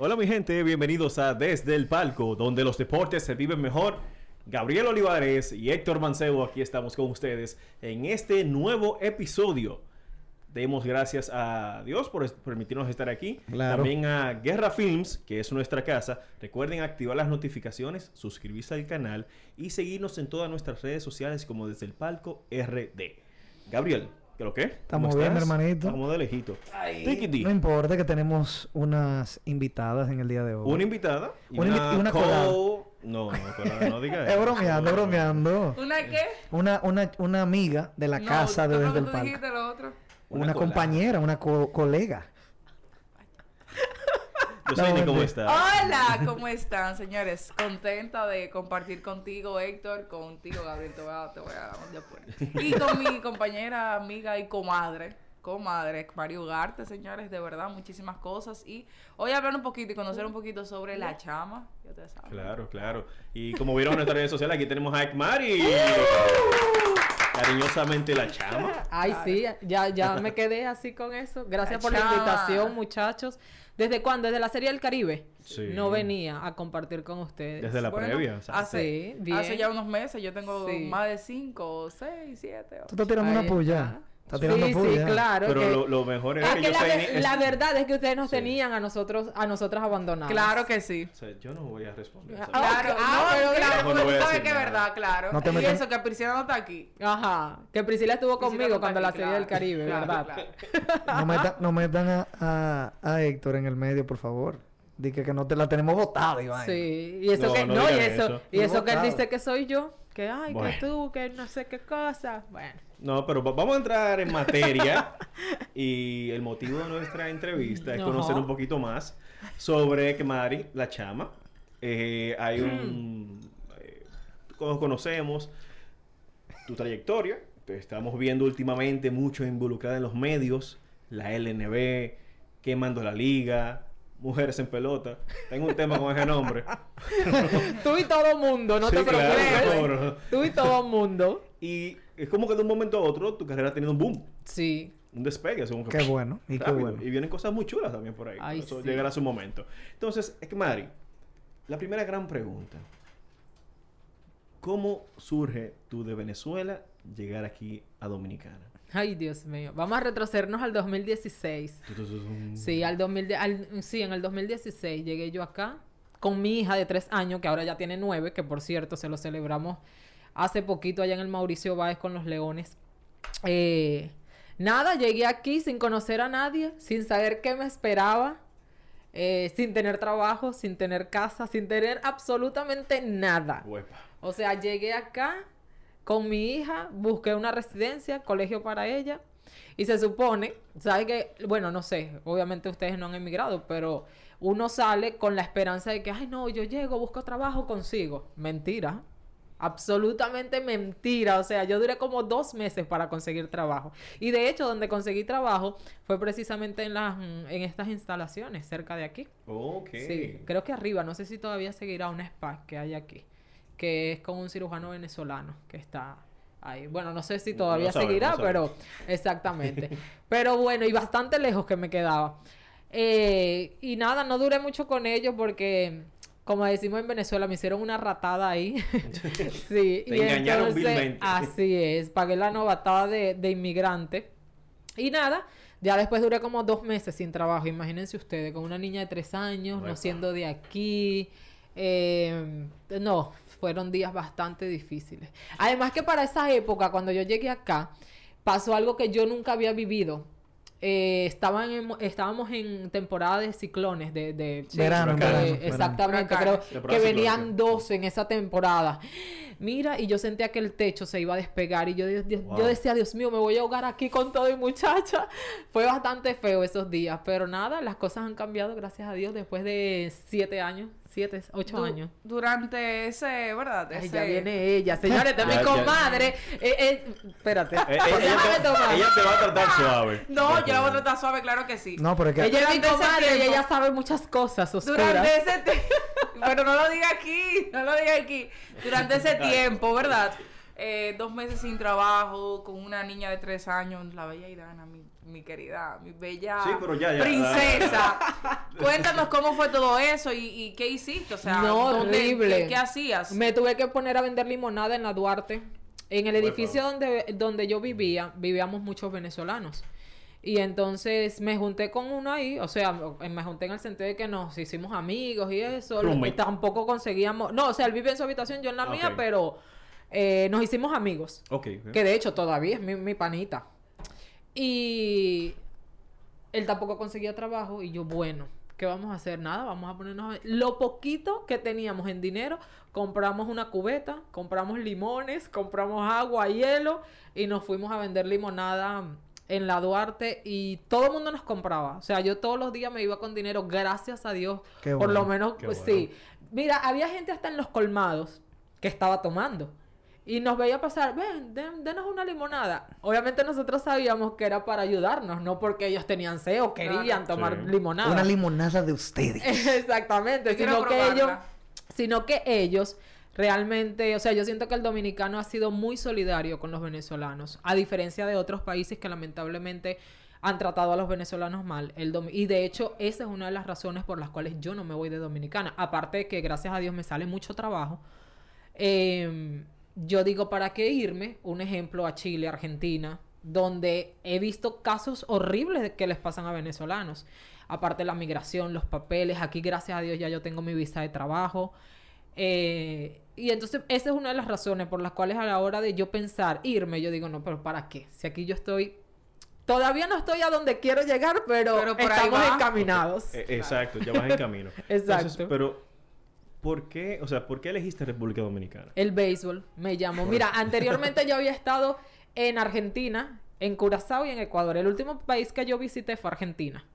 Hola mi gente, bienvenidos a Desde el Palco, donde los deportes se viven mejor. Gabriel Olivares y Héctor Mancebo, aquí estamos con ustedes en este nuevo episodio. Demos gracias a Dios por es- permitirnos estar aquí. Claro. También a Guerra Films, que es nuestra casa. Recuerden activar las notificaciones, suscribirse al canal y seguirnos en todas nuestras redes sociales como Desde el Palco RD. Gabriel, ¿qué lo que? Estamos ¿Cómo bien, estás? hermanito. Estamos de lejito. Tiquití. No importa que tenemos unas invitadas en el día de hoy. Una invitada. y Una invi- y una co- colada. No, no, colada, no diga Es eso. No, bromeando, no. bromeando. ¿Una qué? Una, una, una amiga de la No, casa de no, desde el tú palco. dijiste lo otro. Una, Una colada. compañera, una co- colega. Yo sé No, ni cómo mentira. está. Hola, ¿cómo están, señores? Contenta de compartir contigo, Héctor, contigo, Gabriel, te voy a, te voy a después. pues. Y con mi compañera, amiga y comadre, comadre, Mario Ugarte, señores, de verdad, muchísimas cosas. Y hoy hablar un poquito y conocer un poquito sobre la chama, ya ustedes saben. Claro, claro. Y como vieron en nuestras redes sociales, aquí tenemos a Ekmari. Cariñosamente la chama. Ay, sí, ya, ya me quedé así con eso. Gracias por Chama. la invitación, muchachos. ¿Desde cuándo? Desde la Serie del Caribe. Sí. No venía a compartir con ustedes. Desde la Bueno, previa. o sea, Hace, ah, Sí, bien. hace Ah, ya unos meses, yo tengo Sí. más de cinco, seis, siete. Tú estás tirando Ahí una puya. está. Estás tirando Sí, sí, puya. claro. Pero que- lo, lo mejor es, es que que yo la, sé. ve- ni- la es- verdad es que ustedes nos Sí. tenían a nosotros, a nosotras abandonadas. Claro que sí. o sea, yo no voy a responder. Ah, esa ah, pregunta. Claro, ok. no, Ah, pero mira. claro, No, no voy porque a tú sabes decir que es nada. verdad, claro. No te y metas- eso que Priscila no está aquí. Ajá. Que Priscila estuvo Priscila conmigo no cuando la está aquí, claro, Serie del Caribe, claro, ¿verdad? claro. No metan, no metan a, a, a Héctor en el medio, por favor. Dije que no te la tenemos botada, Iván. Sí, y eso No, que no no, digan y eso, eso. y eso que él Votado. dice que soy yo, que ay, Bueno. que tú, que no sé qué cosa. Bueno. No, pero va- vamos a entrar en materia y el motivo de nuestra entrevista es Ajá. conocer un poquito más sobre que Mari, la chama, eh, hay Mm. un... eh, todos conocemos tu trayectoria, te estamos viendo últimamente mucho involucrada en los medios, la LNB, quemando la liga, mujeres en pelota, tengo un tema con ese nombre. Tú y todo mundo, no Sí, te claro, preocupes. seguro. Tú y todo mundo. Y es como que de un momento a otro tu carrera ha tenido un boom. Sí. Un despegue, según que- Qué bueno, y qué Rápido. bueno. Y vienen cosas muy chulas también por ahí. Ay, eso sí. llegará su momento. Entonces, es que Mari, la primera gran pregunta. ¿Cómo surge tú de Venezuela llegar aquí a Dominicana? Ay, Dios mío. Vamos a retrocedernos al 2016. Tu, tu, tu, tum. Sí, al 2000, de- al- sí, en el 2016 llegué yo acá con mi hija de tres años, que ahora ya tiene nueve, que por cierto se lo celebramos hace poquito allá en el Mauricio Báez con los Leones. Eh, nada, llegué aquí sin conocer a nadie, sin saber qué me esperaba, eh, sin tener trabajo, sin tener casa, sin tener absolutamente nada. Huepa. O sea, llegué acá con mi hija, busqué una residencia, colegio para ella, y se supone, ¿sabes que Bueno, no sé, obviamente ustedes no han emigrado, pero uno sale con la esperanza de que, ay, no, yo llego, busco trabajo, consigo. Mentira. Absolutamente mentira. O sea, yo duré como dos meses para conseguir trabajo. Y de hecho, donde conseguí trabajo fue precisamente en, las, mm, en estas instalaciones, cerca de aquí. Ok. Eh, Sí, creo que arriba, no sé si todavía seguirá un spa que hay aquí, que es con un cirujano venezolano que está ahí. Bueno, no sé si No todavía sabemos, seguirá, no sabemos. pero exactamente. pero bueno, y bastante lejos que me quedaba. Eh, y nada, no duré mucho con ellos porque, como decimos en Venezuela, me hicieron una ratada ahí. Te sí, y engañaron entonces, vilmente. así es, pagué la novatada de, de inmigrante. Y nada, ya después duré como dos meses sin trabajo. Imagínense ustedes, con una niña de tres años, Uepa. no siendo de aquí. eh, no, fueron días bastante difíciles. Además que para esa época, cuando yo llegué acá, pasó algo que yo nunca había vivido. Eh, estaban en- estábamos en temporada de ciclones, de... de- Verano, de- huracanes, verano, verano. exactamente, Huracanes. creo Temporada que ciclónica. venían 12 en esa temporada. Mira, y yo sentía que el techo se iba a despegar y yo, Dios- Dios- Wow. yo decía, Dios mío, me voy a ahogar aquí con todo y muchacha. Fue bastante feo esos días, pero nada, las cosas han cambiado, gracias a Dios, después de siete años, siete, ocho Du- años. Durante ese, ¿verdad? Ay, Ese- ya viene ella, señores, esta es Ya, mi ya. comadre. Eh, eh, espérate, Eh, eh, ella, déjame tomar. te, ella te va a tratar suave. No, yo la voy a tratar suave, claro que sí. No, pero es que. Ella es mi Durante ese comadre y tiempo- ella sabe muchas cosas oscuras. Durante ese tiempo, pero no lo diga aquí, no lo diga aquí. Durante ese tiempo, ¿verdad? Eh, dos meses sin trabajo, con una niña de tres años, la bella Idana, mi, mi querida, mi bella Sí, pero ya, ya, princesa. Cuéntanos cómo fue todo eso y, y qué hiciste, o sea, No, horrible. qué, qué hacías? Me tuve que poner a vender limonada en la Duarte. En el Uepa. edificio donde, donde yo vivía, vivíamos muchos venezolanos. Y entonces me junté con uno ahí, o sea, me junté en el sentido de que nos hicimos amigos y eso. lo- Roommate. Tampoco conseguíamos. No, o sea, él vive en su habitación, yo en la Ah, mía, ok. pero eh, nos hicimos amigos. Ok. eh. ok. Que de hecho todavía es mi, mi panita. Y él tampoco conseguía trabajo y yo, bueno, ¿qué vamos a hacer? Nada, vamos a ponernos... a- Lo poquito que teníamos en dinero, compramos una cubeta, compramos limones, compramos agua, hielo y nos fuimos a vender limonada en la Duarte y todo el mundo nos compraba. O sea, yo todos los días me iba con dinero, gracias a Dios. Qué Por lo bueno. menos, Qué pues, bueno. sí. Mira, había gente hasta en los colmados que estaba tomando. Y nos veía pasar, ven, den- denos una limonada. Obviamente nosotros sabíamos que era para ayudarnos, no porque ellos tenían sed o querían tomar Sí. limonada. Una limonada de ustedes. Eh, Exactamente, Yo quiero sino que, ellos, probarla. sino que ellos realmente, o sea, yo siento que el dominicano ha sido muy solidario con los venezolanos, a diferencia de otros países que lamentablemente han tratado a los venezolanos mal. El dom- y de hecho, esa es una de las razones por las cuales yo no me voy de Dominicana. Aparte de que gracias a Dios me sale mucho trabajo. Eh, yo digo, ¿para qué irme? Un ejemplo a Chile, Argentina, donde he visto casos horribles de que les pasan a venezolanos. Aparte la migración, los papeles, aquí gracias a Dios ya yo tengo mi visa de trabajo. Eh, y entonces esa es una de las razones por las cuales a la hora de yo pensar irme, yo digo, no, pero ¿para qué? Si aquí yo estoy... Todavía no estoy a donde quiero llegar, pero, Pero por ahí estamos va. encaminados. Eh, exacto, ya vas en camino. Entonces, Exacto. pero, ¿por qué? O sea, ¿por qué elegiste República Dominicana? El béisbol me llamó. Mira, anteriormente yo había estado en Argentina, en Curazao y en Ecuador. El último país que yo visité fue Argentina.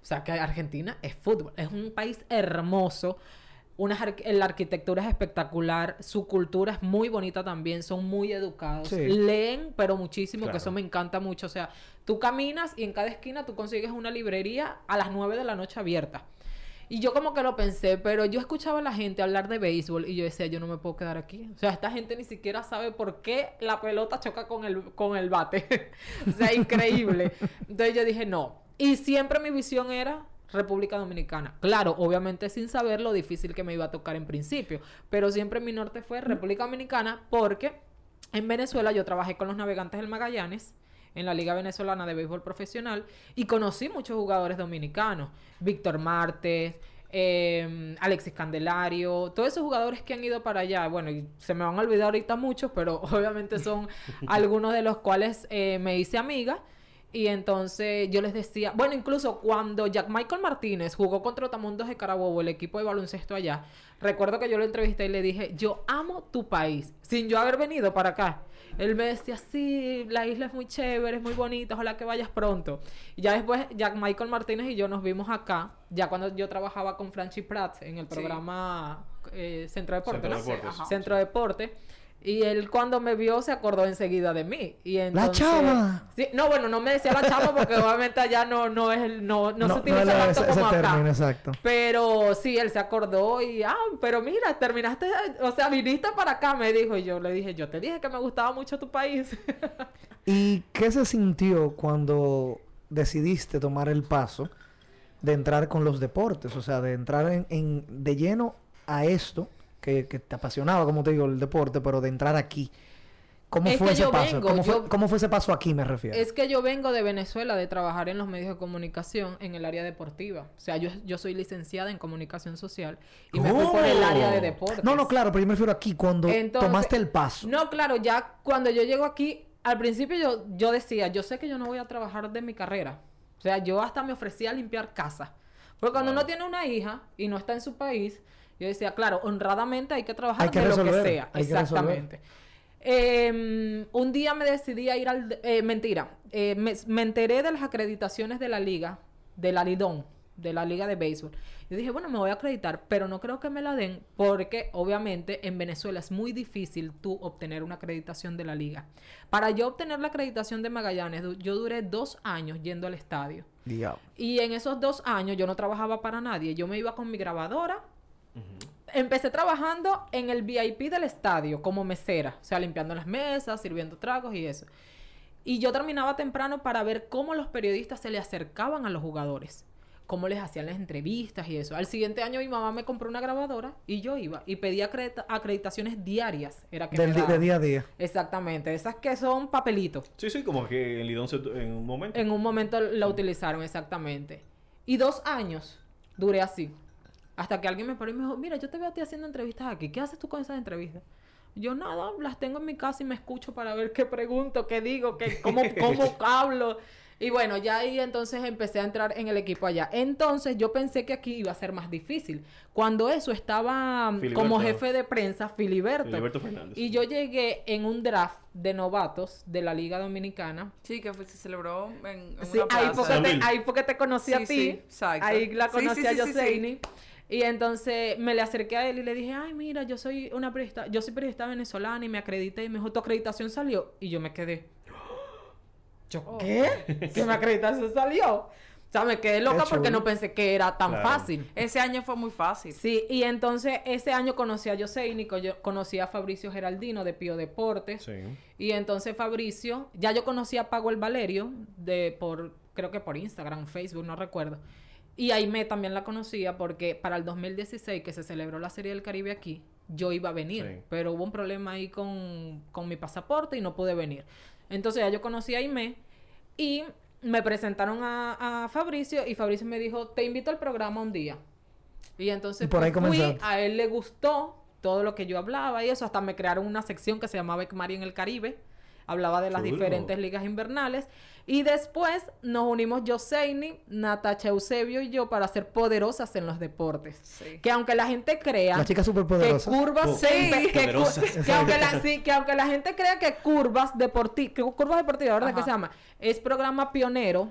O sea que Argentina es fútbol, es un país hermoso. Unas arqu- eh, la arquitectura es espectacular, su cultura es muy bonita también, son muy educados, Sí. leen pero muchísimo, que Claro. eso me encanta mucho, o sea, tú caminas y en cada esquina tú consigues una librería a las 9 de la noche abierta. Y yo como que lo pensé, pero yo escuchaba a la gente hablar de béisbol y yo decía, yo no me puedo quedar aquí. O sea, esta gente ni siquiera sabe por qué la pelota choca con el, con el bate. o sea, increíble. Entonces yo dije, no. Y siempre mi visión era República Dominicana. Claro, obviamente sin saber lo difícil que me iba a tocar en principio, pero siempre mi norte fue República Dominicana porque en Venezuela yo trabajé con los navegantes del Magallanes en la Liga Venezolana de Béisbol Profesional y conocí muchos jugadores dominicanos, Víctor Martes, eh, Alexis Candelario, todos esos jugadores que han ido para allá, bueno, y se me van a olvidar ahorita muchos, pero obviamente son algunos de los cuales eh, me hice amiga. Y entonces yo les decía, bueno, incluso cuando Jack Michael Martínez jugó contra Otamundos de Carabobo, el equipo de baloncesto allá, recuerdo que yo lo entrevisté y le dije, yo amo tu país, sin yo haber venido para acá. Él me decía, sí, la isla es muy chévere, es muy bonita, ojalá que vayas pronto. Y ya después Jack Michael Martínez y yo nos vimos acá, ya cuando yo trabajaba con Franchi Pratt en el Sí. programa eh, Centro Deporte, Centro ¿no? Deportes. Ajá. Centro Deporte. Y él cuando me vio se acordó enseguida de mí. Y entonces- chama! Sí, no, bueno, no me decía la chama porque obviamente allá no, no es el- no, no, se utiliza era tanto ese- como ese acá. término, exacto. Pero sí, él se acordó y, ah, pero mira, terminaste, o sea, viniste para acá, me dijo. Y yo le dije, yo te dije que me gustaba mucho tu país. ¿Y qué se sintió cuando decidiste tomar el paso de entrar con los deportes? O sea, de entrar en, en- de lleno a esto que, que te apasionaba, como te digo, el deporte, pero de entrar aquí. ¿Cómo Es fue que ese yo paso? vengo, ¿Cómo, fue, yo- cómo fue ese paso aquí, me refiero? Es que yo vengo de Venezuela de trabajar en los medios de comunicación en el área deportiva. O sea, yo, yo soy licenciada en comunicación social y me fui por el área de Oh. deportes. No, no, claro, pero yo me refiero aquí, cuando Entonces- tomaste el paso. No, claro, ya cuando yo llego aquí, al principio yo, yo decía, yo sé que yo no voy a trabajar de mi carrera. O sea, yo hasta me ofrecía a limpiar casa. Porque cuando uno tiene una hija y no está en su país, Yo decía, claro, honradamente hay que trabajar Hay que de lo resolver, que sea. hay que resolver. Exactamente. Eh, un día me decidí a ir al... eh, mentira, eh, me, me enteré de las acreditaciones de la liga, de la Lidón, de la liga de béisbol. Yo dije, bueno, me voy a acreditar, pero no creo que me la den porque obviamente en Venezuela es muy difícil tú obtener una acreditación de la liga. Para yo obtener la acreditación de Magallanes, du- yo duré dos años yendo al estadio. Diablo. Y en esos dos años yo no trabajaba para nadie. Yo me iba con mi grabadora. Empecé trabajando en el VIP del estadio como mesera, o sea, limpiando las mesas, sirviendo tragos y eso. Y yo terminaba temprano para ver cómo los periodistas se le acercaban a los jugadores, cómo les hacían las entrevistas y eso. Al siguiente año mi mamá me compró una grabadora y yo iba y pedía acredita- acreditaciones diarias. Era que me Del di- daban. de día a día. Exactamente, esas que son papelitos. Sí, sí, como que el Lidón se- en un momento. En un momento la utilizaron, exactamente. Y dos años duré así. Hasta que alguien me paró y me dijo, mira, yo te veo a ti haciendo entrevistas aquí. ¿Qué haces tú con esas entrevistas? Yo nada, las tengo en mi casa y me escucho para ver qué pregunto, qué digo, qué, cómo, cómo hablo. Y bueno, ya ahí entonces empecé a entrar en el equipo allá. Entonces yo pensé que aquí iba a ser más difícil. Cuando eso estaba mm, como Filiberto. jefe de prensa, Filiberto. Filiberto Fernández. Y yo llegué en un draft de novatos de la Liga Dominicana. Sí, que fue- se celebró en, en Sí, una ahí plaza. fue, que te, Sambil. ahí fue que te conocí Sí, a ti. sí, exacto. Ahí la Sí, sí, conocí a sí, sí, sí. Yoseini. Y entonces me le acerqué a él y le dije, ay, mira, yo soy una periodista, yo soy periodista venezolana y me acredité y me dijo, tu acreditación salió. Y yo me quedé. ¿Yo Oh. qué? ¿Que mi acreditación salió? O sea, me quedé loca porque chulo. no pensé que era tan Claro. fácil. Ese año fue muy fácil. Sí, y entonces ese año conocí a Yoseini, yo conocí a Fabricio Geraldino de Pío Deportes. Sí. Y entonces Fabricio, ya yo conocía a Pago el Valerio, de por, creo que por Instagram, Facebook, no recuerdo. Y Aime también la conocía porque para el 2016 que se celebró la Serie del Caribe aquí, yo iba a venir, Sí. pero hubo un problema ahí con, con mi pasaporte y no pude venir. Entonces ya yo conocí a Aime y me presentaron a, a Fabricio y Fabricio me dijo, te invito al programa un día. Y entonces Y por ahí pues, fui, comenzaste. a él le gustó todo lo que yo hablaba y eso, hasta me crearon una sección que se llamaba Ecmari en el Caribe, hablaba de las Chulo. diferentes ligas invernales y después nos unimos Yoseini, Natacha Eusebio y yo para ser poderosas en los deportes. Sí. Que aunque la gente crea Las chicas que superpoderosas. curvas Oh, Po- se empe- que, cu- Poderosas. que aunque la, sí, que aunque la gente crea que curvas deportivas, curvas deportivas, ¿verdad? Ajá. Que se llama, es programa pionero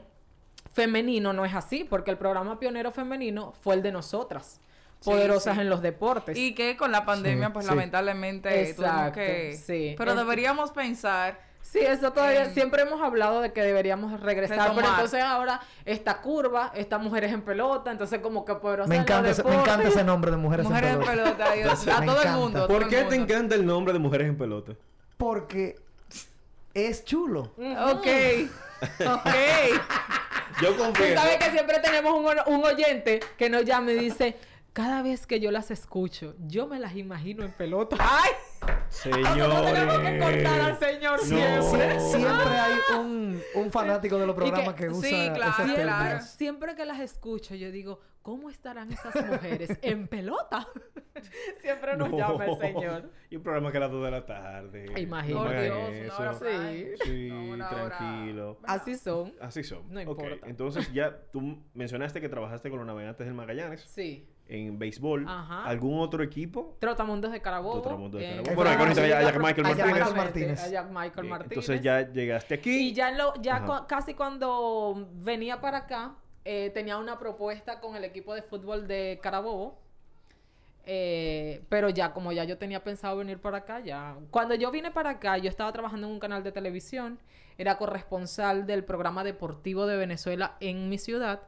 femenino, no es así, porque el programa pionero femenino fue el de nosotras, Sí, poderosas sí. en los deportes. Y que con la pandemia, Sí, pues sí. lamentablemente tuvimos Exacto, que. sí. Pero Es- deberíamos pensar. Sí, eso todavía, Em, siempre hemos hablado de que deberíamos regresar, pero retomar. entonces ahora esta curva, estas mujeres en pelota, entonces como que poderosas Me en los encanta, ese, me deportes. encanta ese nombre de mujeres, en Mujeres en pelota. pelota, Dios, a Me todo el encanta. mundo. a todo ¿Por el qué te mundo. encanta el nombre de mujeres en pelota? Porque es chulo. Ok. Ok. Yo Tú confieso. sabes que siempre tenemos un, or- un oyente que nos llama y dice, cada vez que yo las escucho, yo me las imagino en pelota. ¡Ay! Nosotros tenemos que cortar al Señores. señor No. siempre. Oh. Siempre hay un, un fanático de los programas que, que- usa sí, claro, esos Siempre, claro. términos. siempre que las escucho, yo digo, ¿cómo estarán esas mujeres en pelota? siempre nos No. llama el señor. Y un programa que a las 2 de la tarde. Imagínate. No me hagan Por Dios, una eso. hora Sí. frank, Sí, no, una hora- tranquilo. Así son. Así son. No Ok, importa. Entonces, ya tú mencionaste que trabajaste con los navegantes del Magallanes Sí. en béisbol. Ajá. ¿Algún otro equipo? Trotamundos de Carabobo. Trotamundos de eh, Carabobo. Bueno, hay que conocer a Jack Michael a Jack Martínez. Martínez, a Jack Michael Eh, Martínez. Entonces, ya llegaste aquí. Y ya, lo, ya Ajá. cua- casi cuando venía para acá, eh, tenía una propuesta con el equipo de fútbol de Carabobo. Eh, pero ya, como ya yo tenía pensado venir para acá, ya. Cuando yo vine para acá, yo estaba trabajando en un canal de televisión. Era corresponsal del programa deportivo de Venezuela en mi ciudad.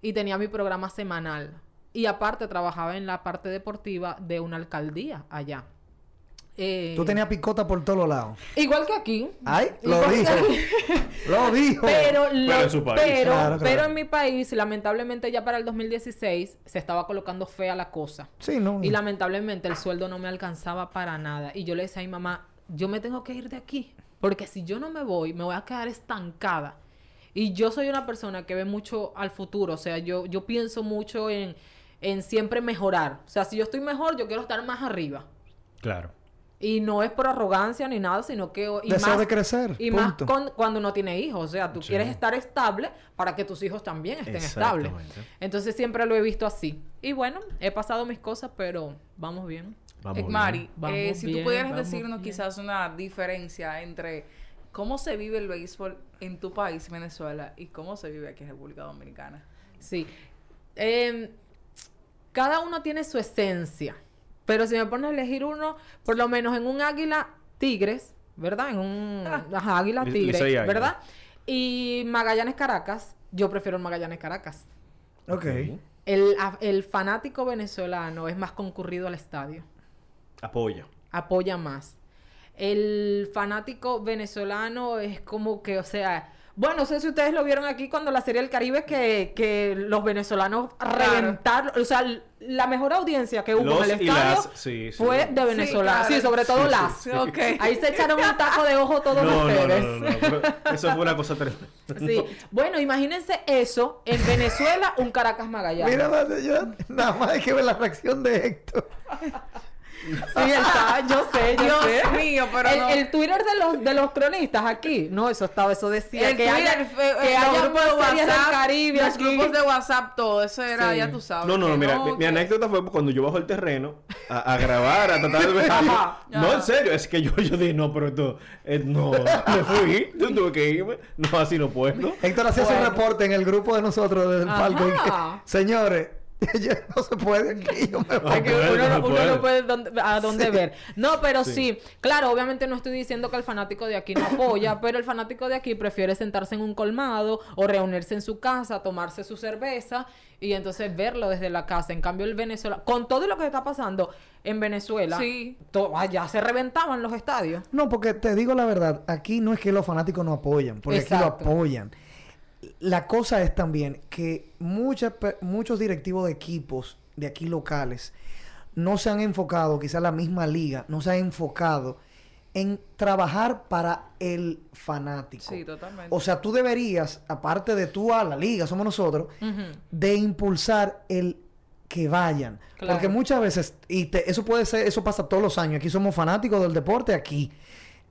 Y tenía mi programa semanal. Y aparte, trabajaba en la parte deportiva de una alcaldía allá. Eh, Tú tenías Ah, picota por todos lados. Igual que aquí. Ay, Igual lo que dijo. aquí. lo dijo. Pero, lo- en su país. pero, Claro, claro. pero en mi país, lamentablemente ya para el 2016 se estaba colocando fea la cosa. Sí, no. Y lamentablemente el sueldo no me alcanzaba para nada. Y yo le decía a mi mamá, yo me tengo que ir de aquí. Porque si yo no me voy, me voy a quedar estancada. Y yo soy una persona que ve mucho al futuro. O sea, yo, yo pienso mucho en, en siempre mejorar. O sea, si yo estoy mejor, yo quiero estar más arriba. Claro. Y no es por arrogancia ni nada, sino que... Y Deseo de crecer, Y más punto. con- cuando no tienes hijos. O sea, tú Sí. quieres estar estable para que tus hijos también estén estables. Exactamente. Entonces siempre lo he visto así. Y bueno, he pasado mis cosas, pero vamos bien. Vamos bien. Mari, Vamos eh, si tú bien, pudieras vamos decirnos bien. quizás una diferencia entre cómo se vive el béisbol en tu país, Venezuela, y cómo se vive aquí en República Dominicana. Sí. Em, cada uno tiene su esencia. Pero si me pones a elegir uno, por lo menos en un águila tigres, ¿verdad? En un ajá, águila Li- tigres, Licey Águila. ¿verdad? Y Magallanes Caracas, yo prefiero el Magallanes Caracas. Ok. El, a- el fanático venezolano es más concurrido al estadio, Apoya. apoya más. El fanático venezolano es como que, o sea, bueno, no sé si ustedes lo vieron aquí cuando la serie del Caribe que, que los venezolanos reventaron, o sea, l- la mejor audiencia que hubo Los en el y estadio las, sí, sí. fue de Sí, venezolanos, sí, claro. sobre todo Sí, sí, las. sí. Ok. Ahí se echaron un taco de ojo todos No, no, no, ustedes. no, no, pero Eso fue una cosa tremenda. Sí. Bueno, imagínense eso en Venezuela, un Caracas Magallanes. Mira, mano, yo nada más hay que ver la reacción de Héctor. Sí, él estaba- yo sé, yo Dios sé. mío, pero el, no. el Twitter de los, de los cronistas aquí, no, eso estaba, eso decía El que Twitter, haya, fe- eh, que los haya grupos más series del Caribe los aquí. grupos de WhatsApp, todo eso era, Sí. ya tú sabes. No, no, no, que mira, mi, mi que- anécdota fue cuando yo bajo el terreno a, a grabar, a tratar de ver. Ajá. no, en serio, es que yo, yo dije, no, pero esto, eh, no, me fui, yo tuve que irme, no, así no puedo. Héctor hacía su Bueno. reporte en el grupo de nosotros del Ajá. palco. y que, Señores, yo no se puede aquí, yo me voy". Porque puede, uno, no no- puede. uno no puede dónde- a dónde Sí. ver. No, pero Sí. sí. claro, obviamente no estoy diciendo que el fanático de aquí no apoya, pero el fanático de aquí prefiere sentarse en un colmado o reunirse en su casa, tomarse su cerveza y entonces verlo desde la casa. En cambio, el Venezuela, con todo lo que está pasando en Venezuela, Sí. to- allá se reventaban los estadios. No, porque te digo la verdad, aquí no es que los fanáticos no apoyan, porque aquí Exacto. lo apoyan. La cosa es también que muchas, pe- muchos directivos de equipos de aquí locales no se han enfocado, quizás la misma liga, no se ha enfocado en trabajar para el fanático. Sí, totalmente. O sea, tú deberías, aparte de tú a la liga, somos nosotros, Ujú. de impulsar el que vayan. Claro. Porque muchas veces, y te- eso puede ser, eso pasa todos los años. Aquí somos fanáticos del deporte, aquí.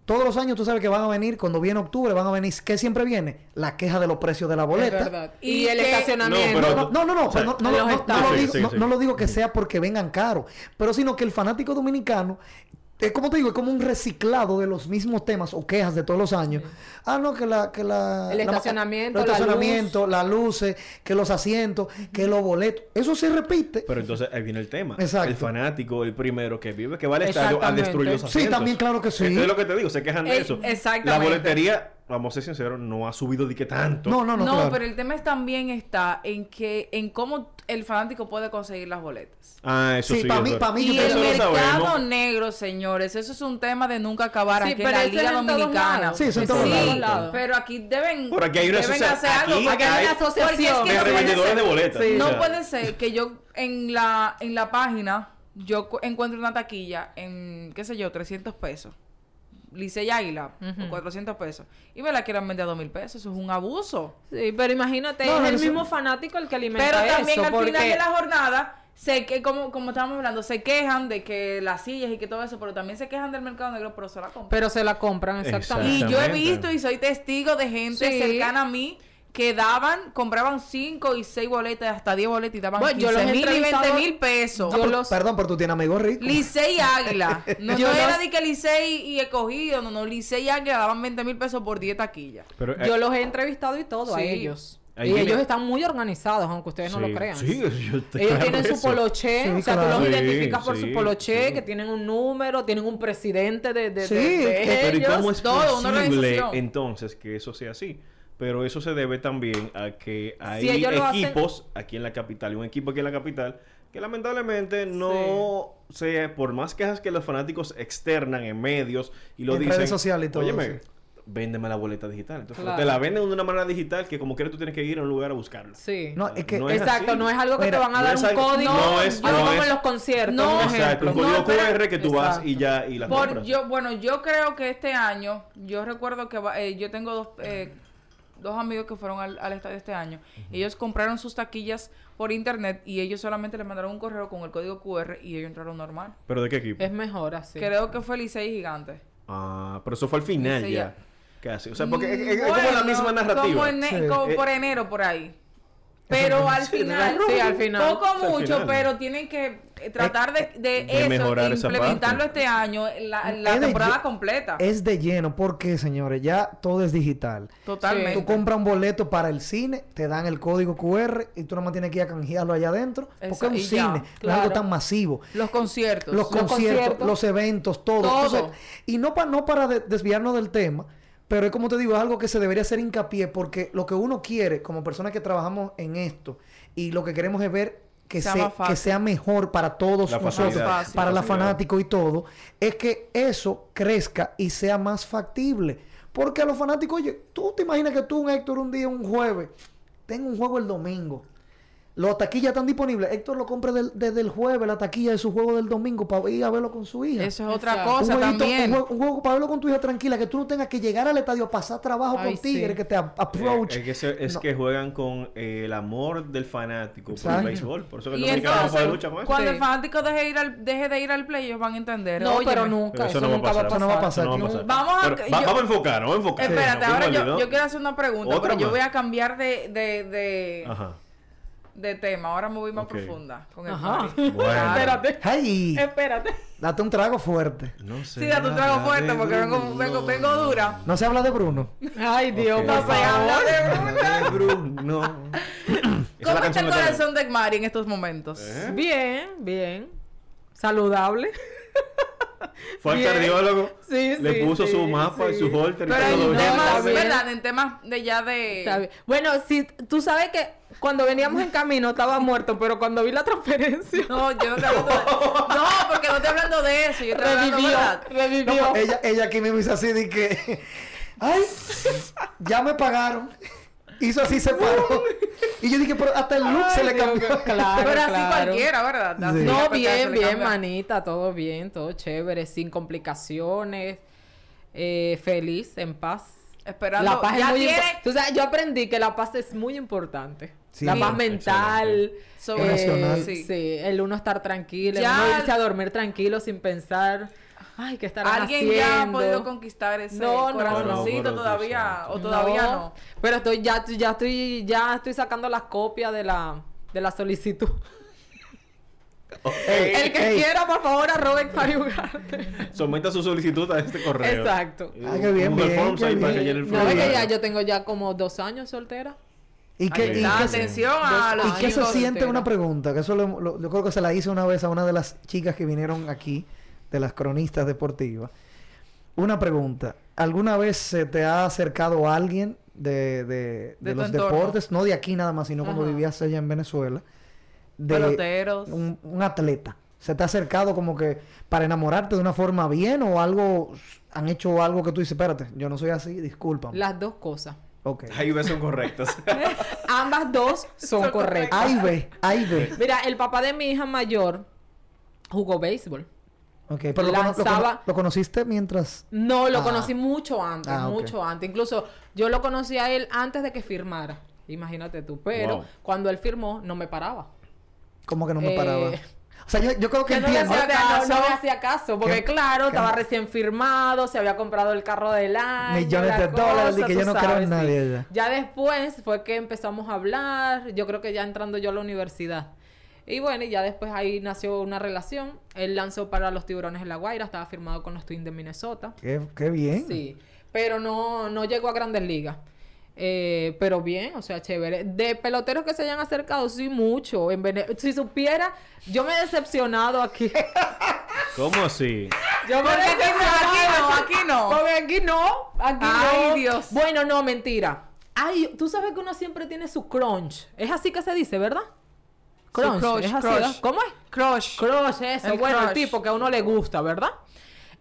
Todos los años tú sabes que van a venir, cuando viene octubre, van a venir, ¿qué siempre viene? La queja de los precios de la Es boleta. verdad. Y, Y el que- estacionamiento. No, pero- No, no, no, O sea, no, no, no, los no, no estados. lo Sí, digo, sí, no- sí. no lo digo que sea porque vengan caros, pero sino que el fanático dominicano, es como te digo, es como un reciclado de los mismos temas o quejas de todos los años. Ah, no, que la... Que la El la ma- estacionamiento, el la estacionamiento, las luces, que los asientos, que los boletos, eso se repite. Pero entonces ahí viene el tema. Exacto. El fanático, el primero que vive, que va al estadio a destruir los Sí, asientos. también, claro que sí. Esto es lo que te digo, se quejan de Eh, eso. La exactamente. boletería, vamos a ser sinceros, no ha subido de que tanto. No, no, no, no, claro. pero el tema es también está en que en cómo el fanático puede conseguir las boletas. Ah, eso Sí, sí. pa' es mí- verdad. pa' mí Y yo el eso lo mercado sabemos. negro, señores, eso es un tema de nunca acabar Sí, aquí en pero la eso es Liga en todos Dominicana. lados. Sí, eso en Eso todos es lados. lados. pero aquí deben, Por aquí hay una deben asocia- hacer algo. aquí porque hay hay una asociación. Porque de es que no puede revendedores ser- de boletas. Sí. No O sea, puede ser que yo en la, en la página yo cu- encuentre una taquilla en, qué sé yo, 300 pesos. Licey Águila, Ujú. o 400 pesos. Y me la quieran vender a 2000 pesos. Eso es un abuso. Sí, pero imagínate, No, no, es el eso- mismo fanático el que alimenta Pero también eso, al porque... final de la jornada, se que, como, como estábamos hablando, se quejan de que las sillas y que todo eso, pero también se quejan del mercado negro, pero se la compran. Pero se la compran, Exacto. exactamente. Y yo he Exactamente. visto y soy testigo de gente Sí. cercana a mí que daban, compraban 5 y 6 boletas, hasta 10 boletas y daban Bueno, yo los he 15 mil y 20 entrevistado- mil pesos. Yo Pero- los- Perdón, pero tú tienes amigos ricos. Licey y Águila. No, Yo no era los- de que Licey y escogido, no, no, Licey y Águila daban 20 mil pesos por 10 taquillas. pero, eh, Yo los he entrevistado y todo a Sí. ellos. Ahí y viene- ellos están muy organizados, aunque ustedes no sí, lo crean. Sí, yo te ellos claro tienen su eso. poloché, Sí, o sea, claro. tú los Sí, identificas por sí, su poloché, sí. que tienen un número, tienen un presidente de, de, Sí, de- de que- Pero ¿y ellos. cómo es todo, una posible organización. entonces que eso sea así? Pero eso se debe también a que hay ellos lo hacen- equipos aquí en la capital y un equipo aquí en la capital que lamentablemente no se, por más quejas que los fanáticos externan en medios y lo En dicen, redes sociales y todo, "Óyeme, sí. véndeme la boleta digital. Entonces Claro. te la venden de una manera digital que como quiera tú tienes que ir a un lugar a buscarla. Sí. No, es que No es- Exacto, así. no es algo que Mira, te van a no dar es un algo- código, no así es- no como es- en los conciertos, No, un Exacto, ejemplo. un código No, pero- QR que tú vas y ya y la Por- compras. yo, bueno, yo creo que este año, yo recuerdo que va- eh, yo tengo dos, eh, dos amigos que fueron al, al estadio este año. Ellos compraron sus taquillas por internet y ellos solamente les mandaron un correo con el código QR y ellos entraron normal. ¿Pero de qué equipo? Es mejor así. Creo que fue Licey Gigante. Ah, pero eso fue al final Ese ya. ya. Casi. O sea, porque es, es- es como la Bueno, misma narrativa. como ene- Sí. como Eh, por enero, por ahí. Pero al final, Sí, al final. poco o Sí, al mucho, final. pero tienen que eh, tratar de, de De eso, mejorar esa implementarlo parte. este año, la, la Es de temporada lle- completa. Es de lleno, porque señores, ya todo es digital. Totalmente. Tú compras un boleto para el cine, te dan el código QR y tú nomás tienes que ir a canjearlo allá adentro. Porque Esa- es un y cine, ya, no es claro. algo tan masivo. Los conciertos. Los, conciertos, conciertos. los eventos, todo. Todo. Entonces, y no, pa- no para de- desviarnos del tema, pero es como te digo, es algo que se debería hacer hincapié porque lo que uno quiere como personas que trabajamos en esto y lo que queremos es ver que, Sea se- más fácil. que sea mejor para todos La nosotros, facilidad, para sí, los facilidad. fanáticos y todo, es que eso crezca y sea más factible. Porque a los fanáticos, oye, tú te imaginas que tú, un Héctor, un día, un jueves, tengo un juego el domingo. Los taquillas están disponibles. Héctor lo compra del- desde el jueves, la taquilla de su juego del domingo, para ir a verlo con su hija. Eso es otra Exacto. un, cosa jueguito- también. un jue- un juego para verlo con tu hija tranquila, que tú no tengas que llegar al estadio a pasar trabajo Ay, con Tigre, sí. que te a- approach. es que, se- es No. que juegan con eh, el amor del fanático por el Exacto. béisbol. Por eso que el Y dominicano no puede entonces, luchar con eso. cuando Sí. el fanático deje, ir al, deje de ir al play, ellos van a entender. No, Óyeme. pero nunca. Pero eso, nunca va a pasar. Eso no va a pasar. Eso no va a pasar. Vamos a- Pero yo- vamos a enfocar, vamos a enfocar. Espérate, Nos fuimos ahora al yo, video. yo quiero hacer una pregunta, Otra pero yo más. voy a cambiar de, de, de, Ajá. de tema. Ahora me voy más Ok. profunda con el Ajá. Madrid. Bueno. Espérate. ¡Ay! Espérate. Date un trago fuerte. No sé. Sí, date un trago fuerte porque vengo, vengo, vengo dura. No se habla de Bruno. Ay, Dios, Ok. por No se habla favor. de Bruno. Bruno. ¿Cómo está el corazón de Mari en estos momentos? ¿Eh? Bien, bien. Saludable. Fue al Bien. cardiólogo. Sí, le sí, puso sí, su mapa y sí. su holter y Pero todo. en no, está temas, bien. ¿verdad? En temas de ya de... Está bien. Bueno, si tú sabes que cuando veníamos en camino estaba muerto, pero cuando vi la transferencia No, yo no te hablo de... No, porque no estoy hablando de eso. Yo te hablando, revivió, ¿verdad? revivió. Ella, ella aquí me hizo así de que. ¡Ay! Ya me pagaron. Hizo así, se paró. Y yo dije, pero hasta el look se le Dios, cambió. que- claro, Pero así claro. cualquiera, ¿verdad? Así Sí. No, cualquiera se bien, le bien, cambia. manita, todo bien, todo chévere, sin complicaciones, eh, feliz, en paz. Esperando... la paz ya es muy tiene... importante. yo aprendí que la paz es muy importante. Sí. la paz Excelente. mental, eh, Sobre- Emocional. sí. Sí. el uno estar tranquilo, el Ya- uno irse a dormir tranquilo sin pensar, ay, ¿qué estarán ¿Alguien haciendo? ya ha podido conquistar ese No, no, corazoncito no. todavía? ¿O todavía no? Pero estoy ya, ya estoy ya estoy sacando las copias de la de la solicitud. Ey, El que Ey. quiera, por favor, arroba Mario Ugarte. someta su solicitud a este correo. Exacto. Eh, Ah, qué bien, Google bien, Forms qué ahí para que bien. llene el No, es que ya formulario. yo tengo ya como dos años soltera. ¿Y Ahí qué, y está, qué se- atención a los ¿Y qué se chicos siente entera. una pregunta? Que eso lo- lo- yo creo que se la hice una vez a una de las chicas que vinieron aquí, de las cronistas deportivas. Una pregunta. ¿Alguna vez se te ha acercado alguien de, de- de De tu los entorno. deportes? No de aquí nada más, sino cuando Ajá. vivías allá en Venezuela. De Peloteros. Un, un atleta. ¿Se te ha acercado como que para enamorarte de una forma bien o algo? ¿Han hecho algo que tú dices, espérate, yo no soy así, disculpa. Las dos cosas. Ok. Ahí ves son correctas. Ambas dos son Son correctas. Ahí ve, ahí ve. Mira, el papá de mi hija mayor jugó béisbol. Ok, pero lo, cono- lo cono- Lanzaba- lo conociste mientras... No, lo Ah. conocí mucho antes, Ah, ok. mucho antes. Incluso yo lo conocí a él antes de que firmara. Imagínate tú. Pero Wow. cuando él firmó, no me paraba. Como que no me Eh, paraba. O sea, yo, yo creo que yo no le entiendo. O hacía sea, no, caso. no me hacía caso, porque ¿Qué- claro, qué- estaba recién firmado, se había comprado el carro del año. Millones la de dólares, y que tú yo no creo en sabes, nadie ya. Ya después fue que empezamos a hablar, yo creo que ya entrando yo a la universidad. Y bueno, y ya después ahí nació una relación. Él lanzó para los Tiburones de La Guaira, estaba firmado con los Twins de Minnesota. Qué, qué bien. Sí, pero no, no llegó a grandes ligas. Eh, pero bien, o sea, chévere. De peloteros que se hayan acercado, sí, mucho. En Vene- si supiera, yo me he decepcionado aquí. ¿Cómo así? Yo me he Pero es que decepcionado. aquí no, aquí no. Porque aquí no, aquí Ay, no. Dios. Bueno, no, mentira. Ay, tú sabes que uno siempre tiene su crunch. Es así que se dice, ¿verdad? Crunch, crush, es así, crush. ¿verdad? ¿Cómo es? Crush. Crush, eso. El bueno, el crush. tipo que a uno le gusta, ¿verdad?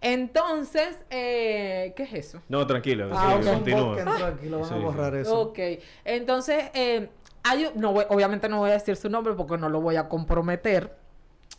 Entonces, eh, ¿qué es eso? No, tranquilo. Ah, sí, ok. continúa. aquí, lo van Sí, a sí. borrar eso. Ok, entonces, eh, hay un- no voy- obviamente no voy a decir su nombre porque no lo voy a comprometer,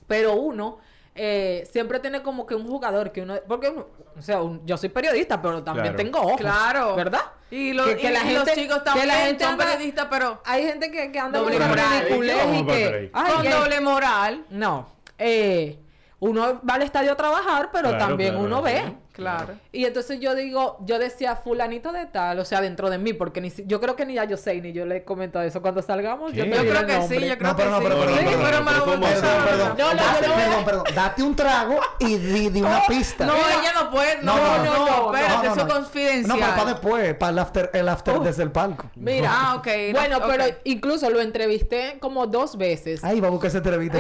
pero uno eh, siempre tiene como que un jugador que uno... Porque, uno- o sea, un- yo soy periodista, pero también Claro. tengo ojos. Claro. ¿Verdad? Y, los- Que- que y- la y los gente- chicos que la también gente son anda- periodistas, pero Hay gente que, que anda Doble con esa moral. ridiculez ¿Qué vamos y a hacer que... ahí? ay, con ay, doble moral. No. Eh, uno va al estadio a trabajar, pero Claro, también claro, uno ve. claro. Claro. Y entonces yo digo, yo decía fulanito de tal, o sea, dentro de mí, porque ni si- yo creo que ni a yo sé, ni yo le he comentado eso cuando salgamos. ¿Qué? te Yo doy creo el que sí, nombre. yo creo No, que pero no, sí. pero- pero- Sí, pero- pero me pero- lo voy a pero- pensar. Perdón, perdón. No, no, Date- yo no voy a- perdón, perdón. Date un trago y di, di una pista. No, ella no puede. No, no, no, espérate, eso es No, pero para confidencial. después, para el after, el after Uh. desde el palco. Mira, Ah, ok, la- Bueno, ok. Ah. pero incluso lo entrevisté como dos veces. Ahí va a buscar esa Ah, entrevista.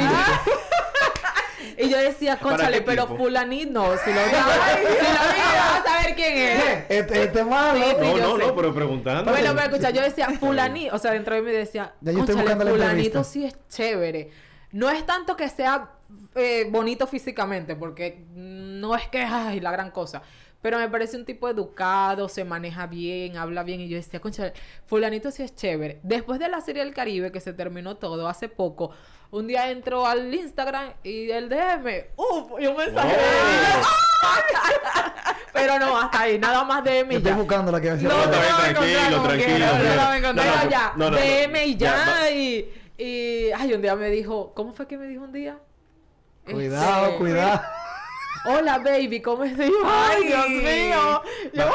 Y yo decía, ¿Para conchale, qué pero tipo? fulanito, no, si lo digo, si lo digo, vas a ver quién es. Este, este malo. Sí, sí. No, yo no, sé. no, pero preguntando. Bueno, pero escucha, yo decía fulanito, o sea, dentro de mí decía, Ya yo estoy "Cónchale, buscando la fulanito entrevista". sí es chévere. No es tanto que sea eh, bonito físicamente, porque no es que ay, la gran cosa. Pero me parece un tipo educado, se maneja bien, habla bien. Y yo decía, concha, fulanito sí es chévere. Después de la serie del Caribe, que se terminó todo hace poco, un día entro al Instagram y el DM, ¡Uf! Y un mensaje de él. Oh. Pero no, hasta ahí, nada más DM y Estoy ya. buscando la que va a decir. No, No, está no, bien, encontrar tranquilo, como tranquilo. quiera, tranquilo. no la No, voy a encontrar. no, Pero no, ya, no, no, DM y ya, va- y, y- Ay, un día me dijo, ¿cómo fue que me dijo un día? Cuidado, Este, cuidado. Hola, baby, ¿cómo estás? Yo, Ay. Ay, Dios mío. Yo, va-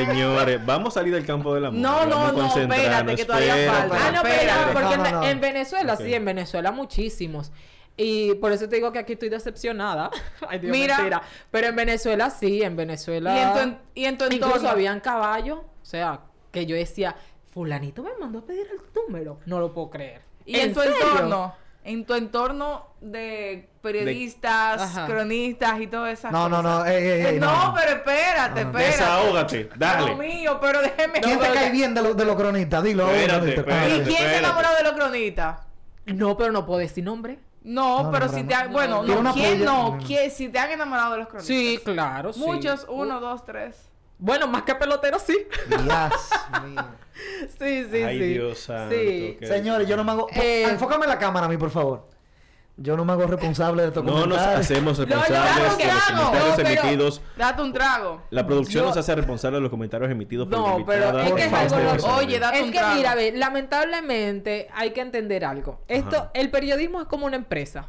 ay. Señores, vamos a salir del campo de la música. No, no, vamos a no, concentrarnos, espérate, que todavía espera, falta. Ah, espera. no, pero espérate. porque No, no, no. en Venezuela, Ok. sí, en Venezuela muchísimos. Y por eso te digo que aquí estoy decepcionada. Ay, Dios, Mira. mentira. Pero en Venezuela sí, en Venezuela. Y en tu en- y en tu Incluso entorno. habían caballos, o sea, que yo decía, fulanito me mandó a pedir el número. No lo puedo creer. Y en tu serio? entorno. En tu entorno de periodistas, Ajá. cronistas y todas esas No, cosas. no, no. ey, ey, ey, Eh, no, pero espérate, No, no. espérate. Desahógate, dale. Dios mío, pero déjeme. ¿Quién te hablar. cae bien de, los de los cronistas? Dilo. ahora, Espérate, Víctor. espérate. ¿Y quién se Espérate. enamoró de los cronistas? No, pero no puedo decir nombre. No, No, pero no, si no, te han... no. bueno, Tiene no, una ¿quién polla- no? no, no. ¿Quién- Si te han enamorado de los cronistas. Sí, claro, sí. Muchos, uno, dos, tres. Bueno, más que pelotero, sí. Dios mío. Sí, sí, Ay, sí. Dios santo. Sí. que- Señores, yo no me hago. Eh, Enfócame la cámara a mí, por favor. Yo no me hago responsable de estos No nos comentarios. hacemos date responsables un de los trago. comentarios No, pero- emitidos. Date un trago. La producción Yo- nos hace responsable de los comentarios emitidos por No, la invitada pero es por que es favor, algo este loco. episodio. Oye, da- Date Es un que trago. mira, ve, lamentablemente hay que entender algo. Esto, Ajá. el periodismo es como una empresa.